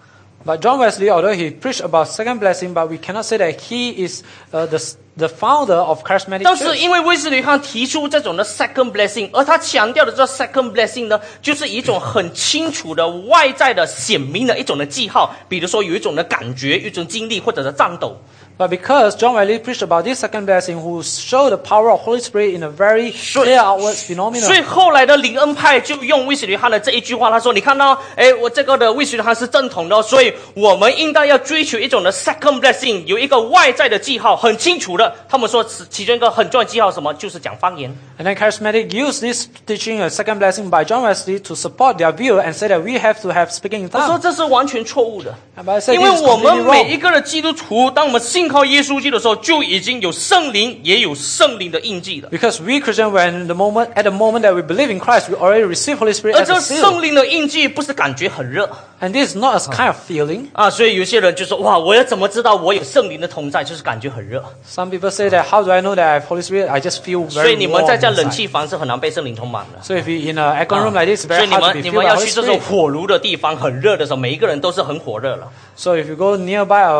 But John Wesley, although he preached about second blessing, but we cannot say that he is uh, the, s- the founder of charismatic 但 church. 是因为威斯里汉提出这种的 second blessing，而他强调的这 second blessing 呢，就是一种很清楚的外在的显明的一种的记号，比如说有一种的感觉、一种经历或者是战斗。 But because John Wesley preached about this second blessing, who showed the power of Holy Spirit in a very clear outward 所以 phenomenon. 后来的灵恩派就用卫斯理汉的这一句话，他说：“你看到，哎，我这个的卫斯理汉是正统的，所以我们应当要追求一种的 second blessing，有一个外在的记号，很清楚的。他们说其其中一个很重要的记号是什么，就是讲方言。 And then charismatic used this teaching of second blessing by John Wesley to support their view and say that we have to have speaking in 我说 tongues. 这是完全错误的。” But I said 因为 this is 我们 completely 每一 wrong. 个的基督徒，当我们信靠耶稣基督的时候，就已经有圣灵，也有圣灵的印记了。 Because we Christian, when the moment at the moment that we believe in Christ, we already receive Holy Spirit 而 as 这 a 圣 seal. 灵的印记不是感觉很热 And this is not a kind of feeling. 啊，所以有些人就说：“哇，我要怎么知道我有圣灵的同在？就是感觉很热。 Some people say that how do I know that I have Holy Spirit? I just feel ”所以 very 你 warm 们在这冷 inside. 气房是很难被圣灵充满的。 So if you in an aircon 啊 room like this, it's Ah。所 very 以你 hard to 们 be 你 filled 们 by 要 Holy 去这种 Spirit. 火炉的地方，很热的时候，每一个人都是很火热了。 So if you go nearby a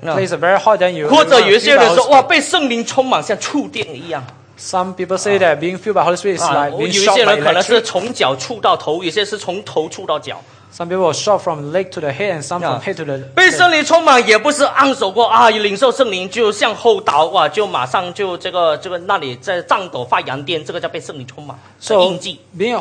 a place that's very hot, then you. 或者 you 有些 feel by 人 Holy 说：“哇， Spirit. 被圣灵充满，像触电一样。” Some people say that being filled by Holy Spirit is 啊， like Ah，有一 being shot 些 by 人可能是 electric. 从脚触到头，有些是从头触到脚。 Some people are shot from leg to the head, and some Yeah. from head to the. 被圣灵充满也不是按手过啊，领受圣灵就向后倒哇，就马上就这个这个那里在战斗发扬癫，这个叫被圣灵充满是 So 印记。 being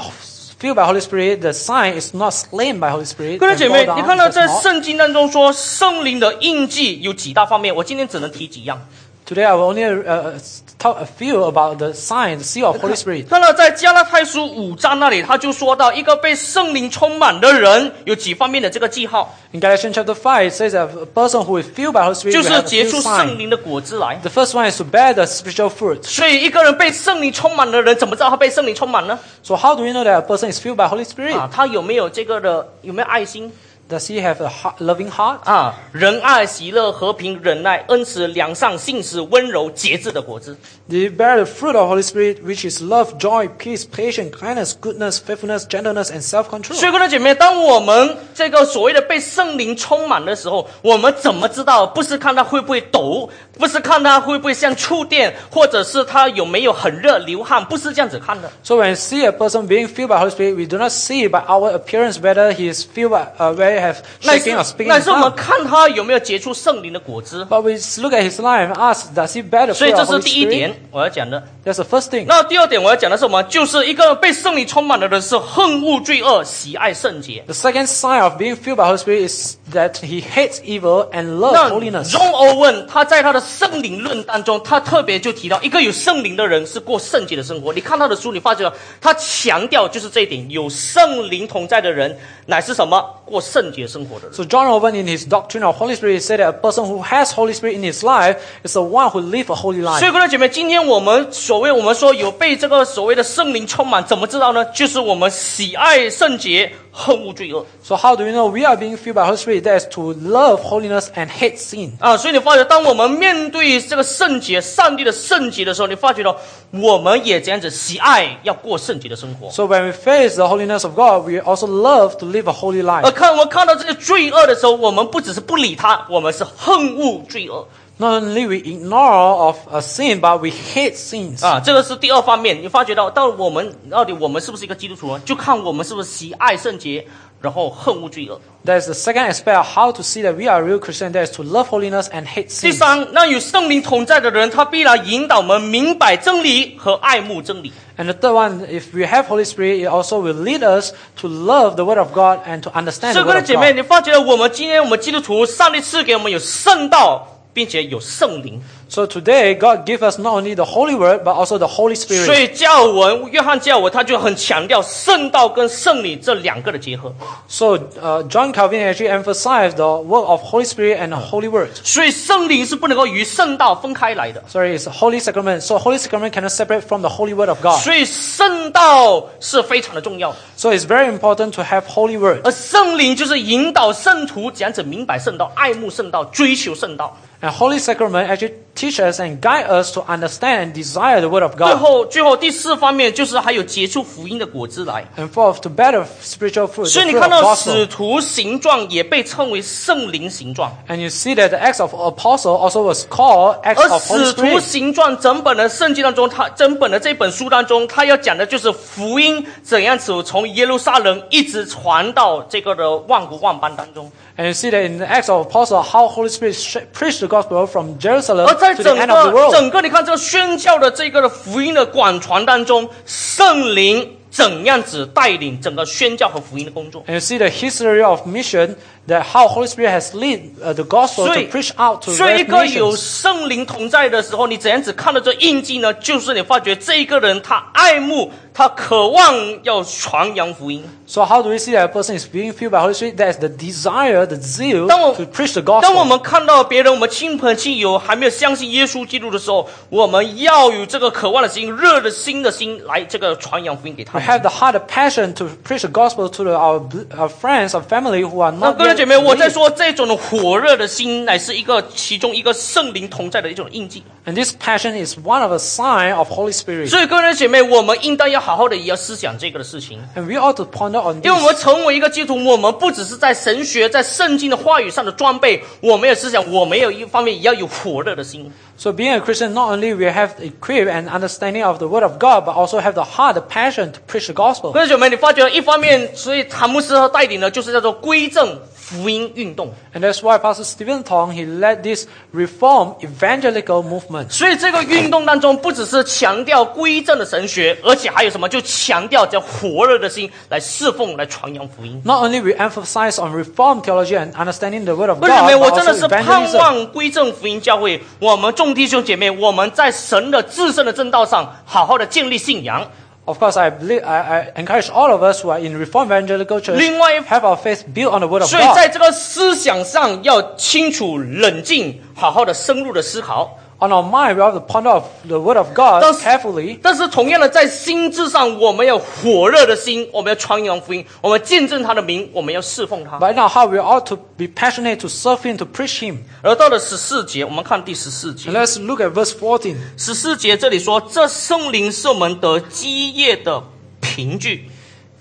filled by Holy Spirit, the sign is not slain by Holy Spirit. 各位 and 姐 fall 妹， down, 你看到 does 在 not. 圣经当中说圣灵的印记有几大方面，我今天只能提几样。 Today I will only uh, uh, talk a few about the sign, the seal of Holy Spirit. 看到在加拉太书五章那里，他就说到一个被圣灵充满的人有几方面的这个记号， In Galatians chapter five, it says that a person who is filled by Holy Spirit 就 will 是 have a 结 few 出圣 signs. 灵的果子来。 The first one is to bear the spiritual fruit. 所以，一个人被圣灵充满的人，怎么知道他被圣灵充满呢？ So how do we know that a person is filled by Holy Spirit? 啊，他有没有这个的有没有爱心 Does he have a heart, loving heart? 啊？仁爱、喜乐、和平、忍耐、恩慈、良善、信实、温柔、节制的果子。 Do you bear the fruit of Holy Spirit, which is love, joy, peace, patience, kindness, goodness, faithfulness, gentleness, and self-control? 所以，各位姐妹，当我们这个所谓的被圣灵充满的时候，我们怎么知道？不是看他会不会抖，不是看他会不会像触电，或者是他有没有很热流汗，不是这样子看的。 So when we see a person being filled by Holy Spirit, we do not see by our appearance whether he is filled by, uh, whether he have 那是 shaking or speaking 那 in 是我们 tongues. 看他有没有结出圣灵的果子。 But we look at his life and ask, does he bear the 所以，这 fruit of 是啊 Holy 第一 Spirit? 点我要讲的。 That's the first thing. 那第二点我要讲的是什么？就是一个被圣灵充满的人是恨恶罪恶，喜爱圣洁。 The second sign of being filled by Holy Spirit is that he hates evil and 那 loves holiness. John Owen 他在他的圣灵论当中，他特别就提到，一个有圣灵的人是过圣洁的生活。你看他的书，你发觉了他强调就是这一点：有圣灵同在的人，乃是什么过圣洁生活的人。 So John Owen, in his doctrine of Holy Spirit, he said that a person who has Holy Spirit in his life is the one who live a holy 所 life. 以，各位姐妹，今天我们所谓我们说有被这个所谓的圣灵充满，怎么知道呢？就是我们喜爱圣洁，恨恶罪恶。 So how do we know we are being filled by Holy Spirit? That is to love holiness and hate sin. 啊，所以你发觉，当我们面对这个圣洁、上帝的圣洁的时候，你发觉到我们也这样子喜爱要过圣洁的生活。 So when we face the holiness of God, we also love to live a holy 而 life. 看我们看到这个罪恶的时候，我们不只是不理他，我们是恨恶罪恶 Not only we ignore of a sin, but we hate sins. 啊，这个是第二方面。你发觉到，到我们到底我们是不是一个基督徒呢？就看我们是不是喜爱圣洁，然后恨恶罪恶。 That is the second aspect of how to see that we are a real Christian. That is to love holiness and hate 第 sin. 三，那有圣灵同在的人，他必然引导我们明白真理和爱慕真理。 And the third one, if we have Holy Spirit, it also will lead us to love the Word of God and to understand 所 the 以，各 Word 位 of 姐妹， God. 你发觉了我们今天我们基督徒，上帝赐给我们有圣道，并且有圣灵。 So today, God give us not only the Holy Word, but also the Holy 所 Spirit. 以教文约翰教文他就很强调圣道跟圣灵这两个的结合。 So uh, John Calvin actually emphasized the work of Holy Spirit and the Holy Word. 所以圣灵是不能够与圣道分开来的。 Sorry, it's the Holy Sacrament. So Holy Sacrament cannot separate from the Holy Word of God. 所以圣道是非常的重要， So it's very important to have Holy Word. 而圣灵就是引导圣徒这样子明白圣道、爱慕圣道、追求圣道。 And Holy Sacrament actually Teach us and guide us to understand and desire the Word of 最 God. 后，最后第四方面就是还有结出福音的果子来。 And fourth, to better spiritual fruit, the 所以你 fruit 看 of 到使 gospel. 徒形状也被称为圣灵形状， And you see that the Acts of Apostle also was called Acts 而 of Holy 使徒 Spirit. 形状整本的圣经当中，它整本的这本书当中，它要讲的就是福音怎样子从耶路撒冷一直传到这个的万国万邦当中。 And you see that in the Acts of Apostle, how Holy Spirit sh- preached the gospel from 而 Jerusalem 在 to the 整 end of 个 the world. 整个你看这个宣教的这个的福音的广传当中，圣灵怎样子带领整个宣教和福音的工作。 And you see the history of mission, that how Holy Spirit has led uh, the gospel 所以 to preach out to 所以一 the 个有 nations. 圣灵同在的时候，你怎样子看到这印记呢？就是你发觉这一个人他爱慕，他渴望要传扬福音。 So how do we see that a person is being filled by Holy Spirit? That is the desire, the zeal 当我 to preach the 当我 gospel. 们看到别人，我们亲朋戚友还没有相信耶稣基督的时候，我们要有这个渴望的心、热的心的心来这个传扬福音给他 We 们。 have the heart of passion to preach the gospel to the, our, bl- our friends, our family who are 那 not 各位 yet 姐妹，我在 believed. 说这种火热的心，乃是一个其中一个圣灵同在的一种印记。 And this passion is one of a sign of Holy Spirit. 所以，各位姐妹，我们应当要好好的也要思想这个的事情。 And we ought to ponder on 因为我们 this. 成为一个基督徒，我们不只是在神学、在圣经的话语上的装备，我们也是想，我们有一方面也要有火热的心。 So being a Christian, not only we have equipped and understanding of the Word of God, but also have the heart, the passion to preach the gospel. 各位姐妹，你发觉一方面，所以塔姆斯和带领的就是叫做归正福音运动。 And that's why Pastor Stephen Tong, he led this reform evangelical movement. 所以这个运动当中，不只是强调归正的神学，而且还有什么？就强调叫火热的心来侍奉、来传扬福音。 Not only we emphasize on reform theology and understanding the Word of 各位姐 God, 妹，我 but 真的 also 是盼 evangelism. 望归正福音教会，我们众弟兄姐妹，我们在神的自身的正道上，好好的建立信仰。 Of course, I, believe, I, I encourage all of us who are in Reformed Evangelical Church 另外一- have our faith built on the Word of 所以 God, 在这个思想上要清楚、冷静，好好的深入的思考。 on our mind. We have to ponder of the Word of God 但是 carefully. 但是同样的，在心智上，我们要火热的心，我们要传扬福音，我们见证他的名，我们要侍奉他。 But now, how we ought to be passionate to serve Him, to preach Him. 而到了十四节，我们看第十四节 And。let's look at verse 14. 十四节这里说：“这圣灵是我们得基业的凭据。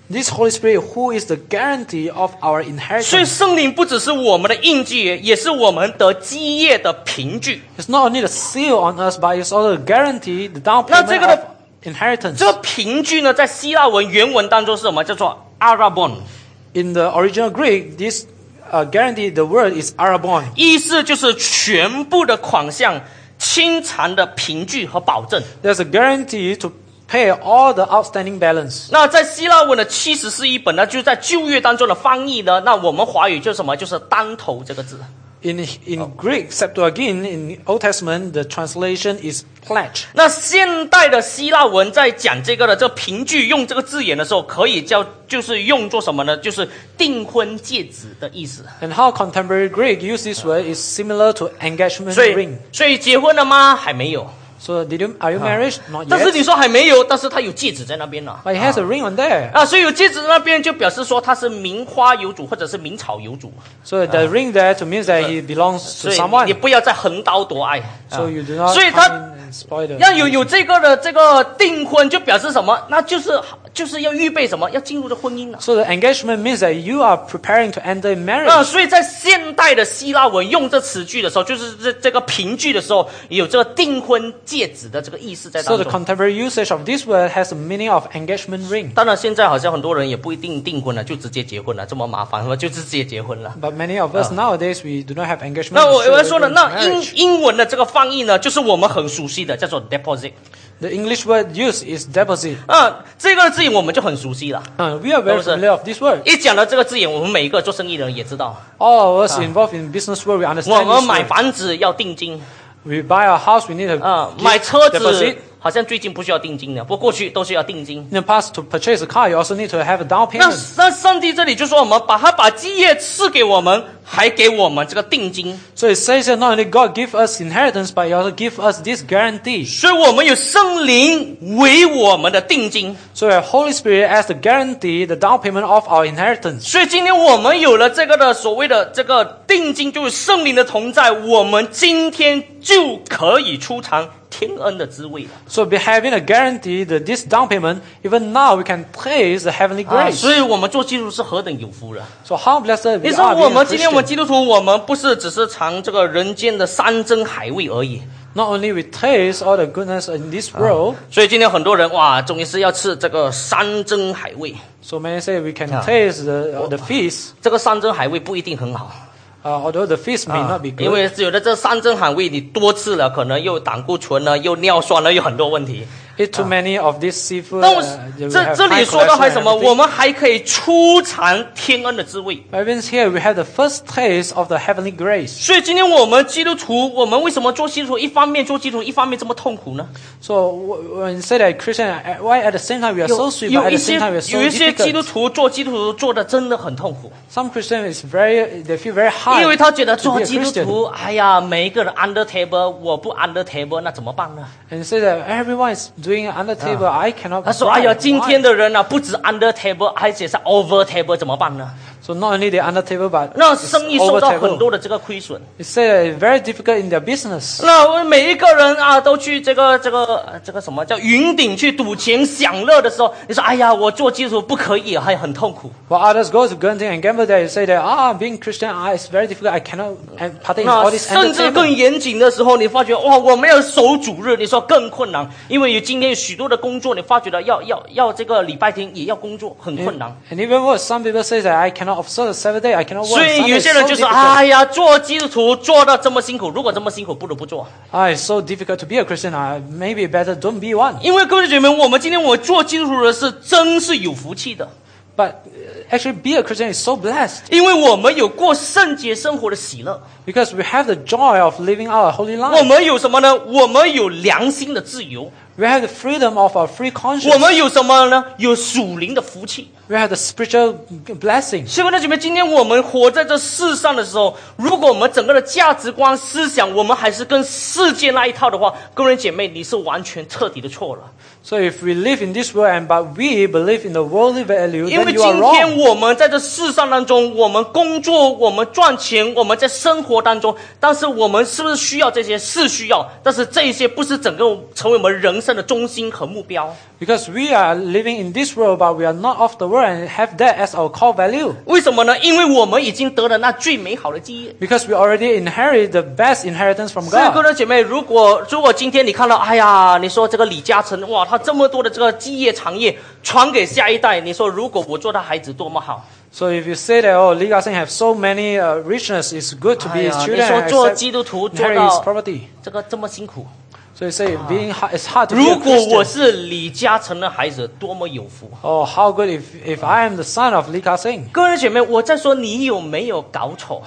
This Holy Spirit, who is the guarantee of our ”所以， inheritance, 圣灵不只是我们的印记，也是我们得基业的凭据。 it's not only the seal on us, but it's also the guarantee, the down 那这个 payment of inheritance. 这个凭据呢，在希腊文原文当中是什么？叫做 arabon。 In the original Greek, this uh, guarantee, the word is arabon. 意思就是全部的款项、清偿的凭据和保证。 There's a guarantee to pay all the outstanding balance. 那在希腊文的七十四译本呢，就在旧约当中的翻译呢，那我们华语就什么，就是当头这个字。 In in Greek Septuagint, in Old Testament, the translation is pledge. 那现代的希腊文在讲这个的这凭据用这个字眼的时候，可以叫就是用作什么呢？就是订婚戒指的意思。 And how contemporary Greek use this word is similar to engagement 所以 ring. 所以结婚了吗？还没有。 So did you are you married? Not 但是 yet. 你说还没有，但是他有戒指在那边呢、 But it has a ring on there. 啊，所以有戒指那边就表示说他是名花有主或者是名草有主， So the ring there to means that he belongs 所 to 以你 someone. 不要再横刀夺爱。啊 So you do not 所以 come 他 in and spoil 要有 the 有这个的这个订婚，就表示什么？那就是就是要预备什么？要进入这婚姻了。啊 So the engagement means that you are preparing to enter in 那 marriage. 啊所以在现代的希腊文用这词句的时候，就是这这个凭据的时候，有这个订婚戒指的这个意思在当 So the 中。 contemporary usage of this word has the meaning of engagement ring. 当然，现在好像很多人也不一定订婚了，就直接结婚了，这么麻烦了，就直接结婚了。 But many of Oh. us nowadays we do not have engagement. 那我 ring, 我要 so 说 we 的 don't 那 marriage. 英英文的这个翻译呢，就是我们很熟悉的，叫做 deposit。 The English word used is deposit. 啊，这个字眼我们就很熟悉了。 Uh, we are very 都是。 familiar of this word. 一讲到这个字眼，我们每一个做生意人也知道， All of Ah. us involved in business world, we 我 understand 们 this 买 word. 房子要定金， We buy a house, we need a 啊， gift Ah, 买车子 deposit. 好像最近不需要定金了，不过过去都是要定金。 In the past, to purchase a car, you also need to have a down 那 payment. 那上帝这里就说我们把他把基业赐给我们，还给我们这个定金， So it says that not only God give us inheritance, but He also give us this guarantee. 所以我们有圣灵为我们的定金。 So the Holy Spirit as the guarantee, the down payment of our inheritance. 所以今天我们有了这个的所谓的这个定金，就是圣灵的同在，我们今天就可以出尝天恩的滋味啊了。 So by having a guarantee, that this down payment, even now we can taste the heavenly 啊， grace. 所以我们做基督徒是何等有福了！ So how blessed 你 we 说 are 我 being a 们今天我们 Christian. 基督徒，我们不是只是尝这个人间的山珍海味而已。 Not only we taste all the goodness in this world, 所以今天很多人哇，终于是要吃这个山珍海味。 so many say we can Yeah. taste the, uh, the feast, 这个山珍海味不一定很好， uh, although the feast may 啊 not be 因 good. 为有的这山珍海味你多吃了，可能又胆固醇啊呢，又尿酸呢，又很多问题。 Eat too many of this seafood. 但我 uh, you 这 have 这 high 里说到呃 cholesterol 还 and 什么？ everything. 我们还可以初尝天恩的滋味。 But even here we have the first taste of the heavenly grace. 所以今天我们基督徒，我们为什么做基督徒？一方面做基督徒，一方面这么痛苦呢？ So w- when you say that Christian, uh, why at the same time we are so sweet, but 有 at 一 the 些 same time we are 有 so 一些基督 difficult? 徒做基督徒做的真的很痛苦， Some Christian is very, they feel very 因 hard 为 to 他觉得 be 做 a 基督 Christian. 徒，哎呀，每一个人 under table，我不 under table，那怎么办呢？ And say that everyone is doing under table, I cannot 他说：“哎 bribe. 呀，今 Why? 天的人呢、啊不止 under table，而且是 over table，怎么办呢？ So not only they under table, but 那 it's 生意受 over 到很 table. 多的这个亏损。 They say that it's very difficult in their business. 那每一个人啊，都去这个这个呃这个什么叫云顶去赌钱享乐的时候，你说：哎呀，我做基础不可以，还很痛苦。 While others go to Gunting and gamble there, you say that, ah, being Christian, ah, it's very difficult, I cannot uh, partake in 那 all this 甚至 entertainment. 更严谨的时候，你发觉哇，我没有守主日，你说更困难，因为有今天有许多的工作，你发觉了要要要这个礼拜天也要工作，很困难。 And even worse, some people say that I cannot observe the Sabbath day, I cannot work. 所以 Sunday 有 is 些 so 人就 difficult. 说：“哎呀，做基督徒做到这么辛苦，如果这么辛苦，不如不做。 Ah, it's so difficult to be a Christian. Ah, maybe better don't be one. ”因为各位姐妹，我们今天我做基督徒的是真是有福气的， But uh, actually, be a Christian is so blessed 因为我们有过圣洁生活的喜乐， because we have the joy of living our holy 我 life. 们有什么呢？我们有良心的自由， We have the freedom of our free 我 conscience. 们有什么呢？有属灵的福气。 We have the spiritual blessing. 所以，弟姐妹，今天我们活在这世上的时候，如果我们整个的价值观、思想，我们还是跟世界那一套的话，各位姐妹，你是完全彻底的错了。 So if we live in this world and but we believe in the worldly value, 因为 then you 今 are 天 wrong. 我们在这世上当中，我们工作，我们赚钱，我们在生活当中，但是我们是不是需要这些？是需要，但是这一些不是整个成为我们人生的中心和目标。 Because we are living in this world, but we are not of the world and have that as our core value. 为什么呢？因为我们已经得了那最美好的基业。 Because we already inherit the best inheritance from 所以，各 God. 位姐妹，如果如果今天你看到，哎呀，你说这个李嘉诚，哇，他这么多的这个基业产业传给下一代，你说如果我做他孩子多么好？ So if you say that, oh, Lee Garsen have so many uh, richness, it's good to be 哎 his 呀，你 children 说 and 做 accept- 基督徒做 inherit his 到 property. 这个这么辛苦， So you say being hard, it's hard to be 如 a 果我 Christian. 是李嘉诚的孩子，多么有福！ Oh, how good if, if I am the son of Lee Ka Sing. 各位姐妹，我在说你有没有搞错？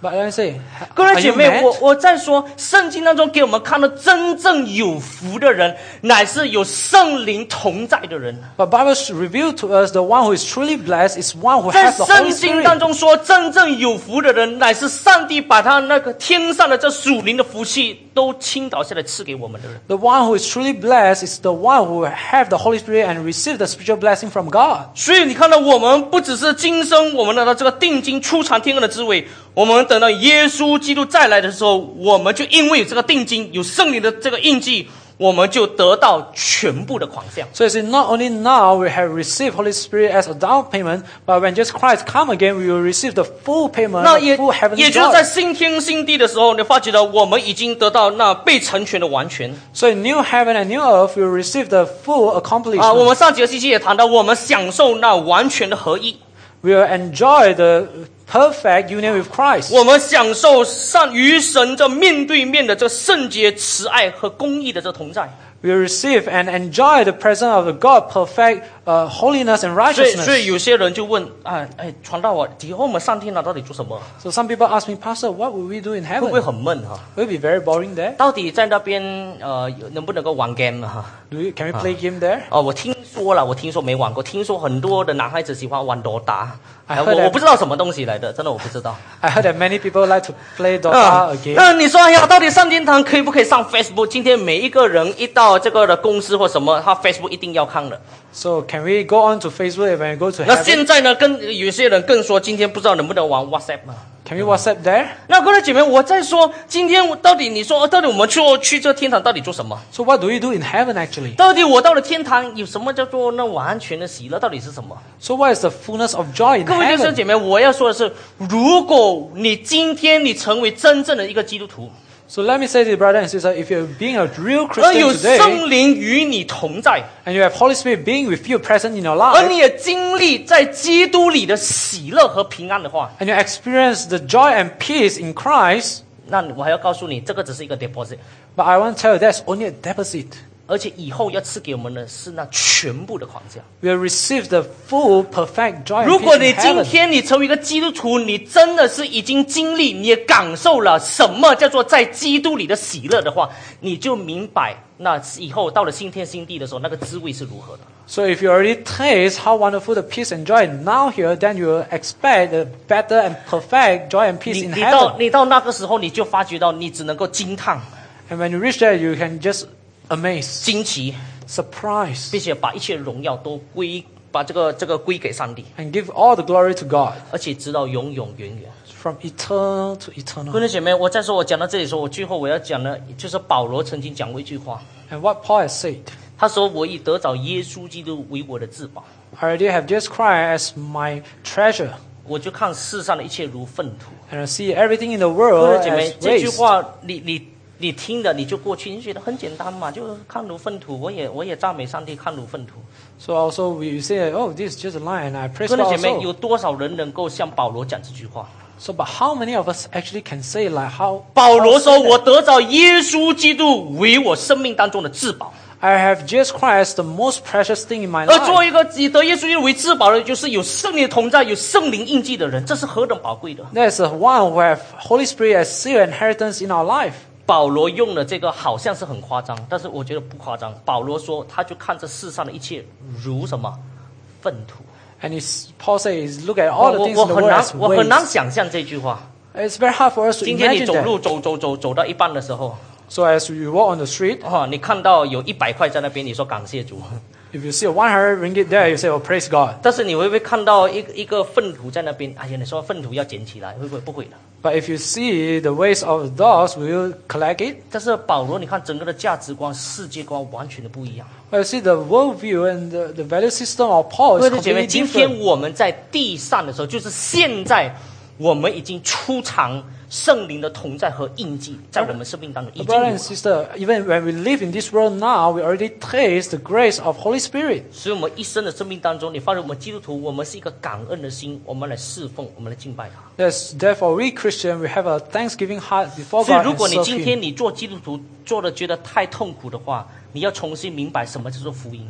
But let me say, 各 are 位姐 you 妹， mad? 我我在说圣经当中给我们看到真正有福的人，乃是有圣灵同在的人。 But Bible revealed to us the one who is truly blessed is one who 在 has the 圣 Holy 经 Spirit. 当中说，真正有福的人，乃是上帝把他那个天上的这属灵的福气都倾倒下来赐给我们的人。 The one who is truly blessed is the one who have the Holy Spirit and receive the spiritual blessing from God. 所以你看到，我们不只是今生我们拿到这个定金出尝天恩的滋味，我们等到耶稣基督再来的时候，我们就因为有这个定金，有圣灵的这个印记，我们就得到全部的款项。 So you see, not only now we have received Holy Spirit as a down payment, but when Jesus Christ come again, we will receive the full payment, 啊那 the 也 full heavenly 也 God. 就是在新天新地的时候，你发觉到我们已经得到那被成全的完全。 So in new heaven and new earth, we will receive the full accomplishment. 啊，我们上几个星期也谈到，我们享受那完全的合一， we will enjoy the perfect union with Christ. 我们享受上与神这面对面的这圣洁、慈爱和公义的这同在。 We will receive and enjoy the presence of the God perfect uh, holiness and 所以，所以 righteousness. 有些人就问啊，哎，传道啊，以后我们上天堂到底做什么？ So some people ask me, Pastor, what will we do in 会 heaven? 不会很闷哈、 Will it be very boring there? 到底在那边呃，有能不能够玩 game 啊哈、 Do you, can we play game there? 哦，我听说了，我听说没玩过，听说很多的男孩子喜欢玩多打， I 哎 heard 我 that- 我不知道什么东西来的，真的我不知道。 I heard that many people like to play Dota 嗯 again. 那你说，哎呀，到底上天堂可以不可以上 Facebook？今天每一个人一到这个的公司或什么，他 Facebook 一定要看的。 So can we go on to Facebook and when we go to 那 heaven? 现在呢，跟有些人更说，今天不知道能不能玩 WhatsApp 啊。 Can we WhatsApp there? 那各位姐妹，我在说，今天我到底你说，到底我们去去这天堂到底做什么？ So what do we do in heaven actually? 到底我到了天堂有什么叫做那完全的喜乐？到底是什么？ So what is the fullness of joy in 各位弟兄 heaven? 姐妹，我要说的是，如果你今天你成为真正的一个基督徒， So let me say to you, brother and sister, if you're being a real 而有 Christian today 圣灵与你同在， and you have Holy Spirit being with you present in your 而 life 你也经历在基督里的喜乐和平安的话， and you experience the joy and peace in Christ, 那我还要告诉你，这个只是一个 deposit， but I want to tell you that's only a deposit. 而且以后要赐给我们的是那全部的框架。 We will receive the full perfect joy 如 and 果 peace 你 in 今 heaven. 天你成为一个基督徒，你真的是已经经历，你也感受了什么叫做在基督里的喜乐的话，你就明白那以后到了新天新地的时候，那个滋味是如何的。 So if you already taste how wonderful the peace and joy now here, then you will expect a better and perfect joy and peace 你 in 你到 heaven. 你到那个时候，你就发觉到你只能够惊叹、 And when you reach there, you can just amaze, 惊奇， surprise, 并且把一切荣耀都归把这个这个归给上帝， and give all the glory to God 而且直到永永远远。 from eternal to 各 eternal. 位姐妹，我再说，我讲到这里的时候，我最后我要讲的就是保罗曾经讲过一句话， And what Paul has said, 他说：“我以得找耶稣基督为我的至宝。” I already have Jesus Christ as my treasure, 我就看世上的一切如粪土。 and I see everything in the 各位 world 姐妹 as，这句 waste. 话你你你听了你就过去，你觉得很简单嘛，就看如粪土。我也我也赞美上帝，看如粪土。 So also we say, oh, this is just a line, and I praise 各 God 位姐妹，有 also. 多少人能够像保罗讲这句话？ So, but how many of us actually can say like how 保罗 Paul said 说：“ that? 我得着耶稣基督为我生命当中的至宝。 I have Jesus Christ, the most precious thing in my ”而作 life. 为一个以得耶稣基督为至宝的，就是有圣灵同在、有圣灵印记的人，这是何等宝贵的！ There's a one who have Holy Spirit as seal inheritance in our life. 保罗用了这个好像是很夸张，但是我觉得不夸张。保罗说，他就看这世上的一切如什么粪土。 And it's, Paul says, look at 我 all the 我 things 我 in the 很 world 难 as 我很难 waste. 想象这句话。 It's very hard for us to 今天你 imagine 走 that. 路走走走走到一半的时候， So as you walk on the street, 哦，你看到有一百块在那边，你说感谢主。 if you see a 100 ringgit there, you say, oh, praise God. 但是你会不会看到一个一个粪土在那边？哎呀，你说粪土要捡起来，会不会？不会的。 But if you see the waste of dogs, will you collect it? 但是保罗，你看整个的价值观、世界观完全的不一样。 Well, you see the worldview and the, the value system of Paul 各位弟兄 is 姐妹， completely 今天 different. 我们在地上的时候，就是现在，我们已经出尝圣灵的同在和印记，在我们生命当中已 But 经有 Brother 了 and，sister, even when we live in this world now, we already taste the grace of Holy Spirit. 所以我们一生的生命当中，你发现我们基督徒，我们是一个感恩的心，我们来侍奉，我们来敬拜他。 Yes, therefore we Christian we have a thanksgiving heart before 所以， God 如 and 果你 serve 今 Him. 天你做基督徒做的觉得太痛苦的话，你要重新明白什么叫做福音。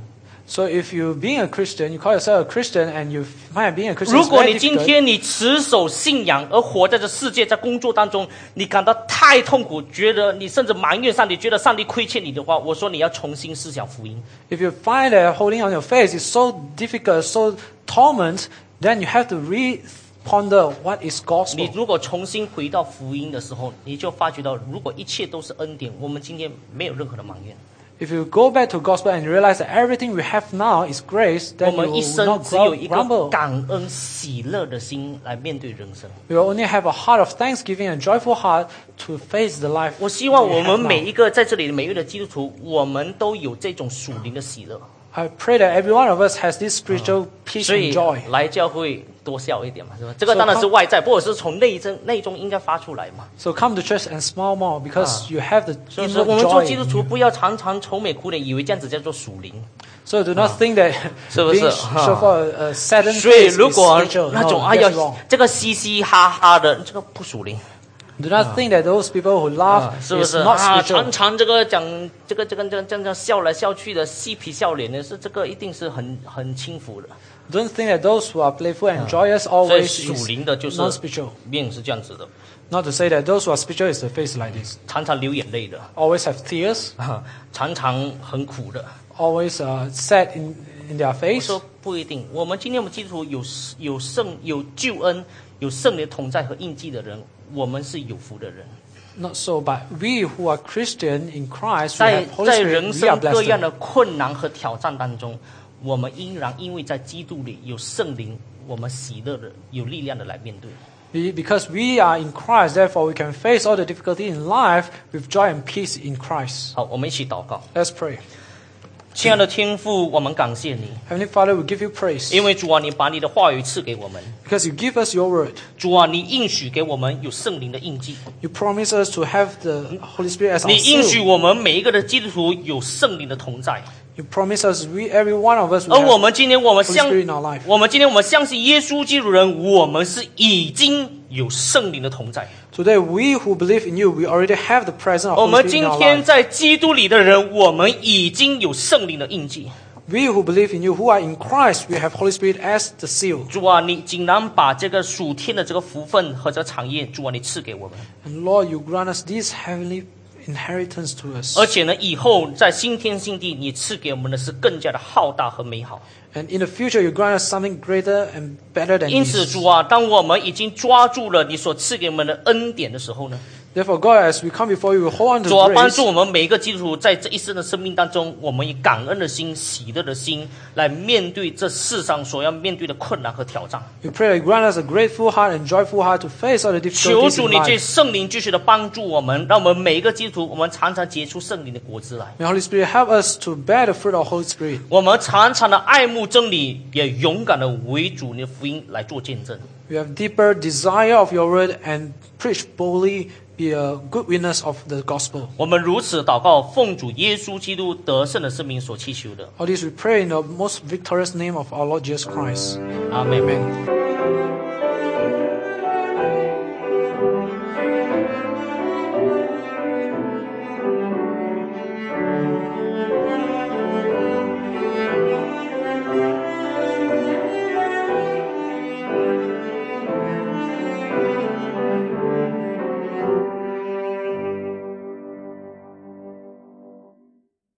So if you being a Christian, you call yourself a Christian and you find being a Christian 如 is 果 very 你今 difficult. 天你持守信仰而活在这世界，在工作当中，你感到太痛苦，觉得你甚至埋怨上帝，觉得上帝亏欠你的话，我说你要重新思想福音。 If you find that holding on your faith is so difficult, so torment, then you have to re ponder what is 你 gospel. 如果重新回到福音的时候，你就发觉到，如果一切都是恩典，我们今天没有任何的埋怨， If you go back to gospel and realize that everything we have now is grace, 我 then you 们一 will 生 not 只有一个 grumble. grumble. 感恩喜乐的心来面对人生。 We will only have a heart of thanksgiving and joyful heart to face the life. 我希望 we 我 have 们 now. 每一个在这里的每一位的基督徒，我们都有这种属灵的喜乐， I pray that every one of us has this spiritual peace 所 and 以 joy. 来教会多笑一点嘛，是吧？这个当然是外在，不过是从内中内中应该发出来嘛。 So come to church and smile more because you have the 所以 inner 说，Ah。我们做 joy. 基督 in 徒 you. 不要常常愁眉苦脸，以为这样子叫做属灵。 So do Ah. not think that 是不是？ being 啊。 so for a saddened 所以 face is 如果 spiritual. 那 No, 种哎呀 that's wrong. 这个嘻嘻哈哈的，这个不属灵。 Do not think that those people who laugh 是不 is 是 not 啊？ spiritual. 常常这个讲这个这个这个这样这样笑来笑去的，嬉皮笑脸的，是这个一定是很很轻浮的。 Don't think that those who are playful Ah. and joyous 所以 always 属 is 灵的就是 non-spiritual. 命是这样子的， Not to say that those who are spiritual is the face like this. 常常流眼泪的， Always have tears. 啊常常很苦的。 Always uh, sad in, in their 我 face. 说不一定，我们今天我们基督徒有有圣有救恩有圣灵同在和印记的人，我们是有福的人。 Not so, but we who are Christian in Christ, we 在 have Holy 在人 Spirit, we are 生各 blessed. 样的困难和挑战当中，我们依然因为在基督里有圣灵，我们喜乐的有力量的来面对。 Be- Because we are in Christ, therefore we can face all the difficulty in life with joy and peace in Christ. 好，我们一起祷告， Let's pray. 亲爱的天父，我们感谢你， Heavenly Father, we give you praise 因为主啊，你把你的话语赐给我们， because you give us your word. 主啊，你应许给我们有圣灵的印记， You promise us to have the Holy Spirit as 你 our 应许 seal. 我们每一个的基督徒有圣灵的同在， You promise us, we, every one of us, 而 will 我 have 们今天我们 Holy 相 Spirit in our life. 我们今天我们相信耶稣基督人，我们是已经有圣灵的同在。 Today, we who believe in you, we already have the presence of 我 Holy 们 Spirit 今 in our 天 life. 在基督里的人，我们已经有圣灵的印记。 We who believe in you, who are in Christ, we have Holy Spirit as the seal. 主啊，你竟然把这个属天的这个福分和这个产业，主啊，你赐给我们。 And Lord, you grant us this heavenly inheritance to us. 而且呢，以后在新天新地，你赐给我们的是更加的浩大和美好。 And in the future, you grant us something greater and better than 因此， this. 主啊，当我们已经抓住了你所赐给我们的恩典的时候呢， Therefore, God, as we come before you, we hold on to 主啊，帮 grace. 助我们每一个基督徒在这一生的生命当中，我们以感恩的心、喜乐的心来面对这世上所要面对的困难和挑战。 We pray that you grant us a grateful heart and joyful heart to face all the 求 difficulties 主 in 你这 life. 圣灵继续的帮助我们，让我们每一个基督徒，我们常常结出圣灵的果子来。 May Holy Spirit help us to bear the fruit of Holy Spirit. 我们常常的爱慕真理，也勇敢的为主你的福音来做见证。 We have deeper desire of your word and preach boldly, be a good witness of the gospel. 我们如此祷告，奉主耶稣基督得胜的圣名所祈求的， All this we pray in the most victorious name of our Lord Jesus Christ. 阿门。 Amen.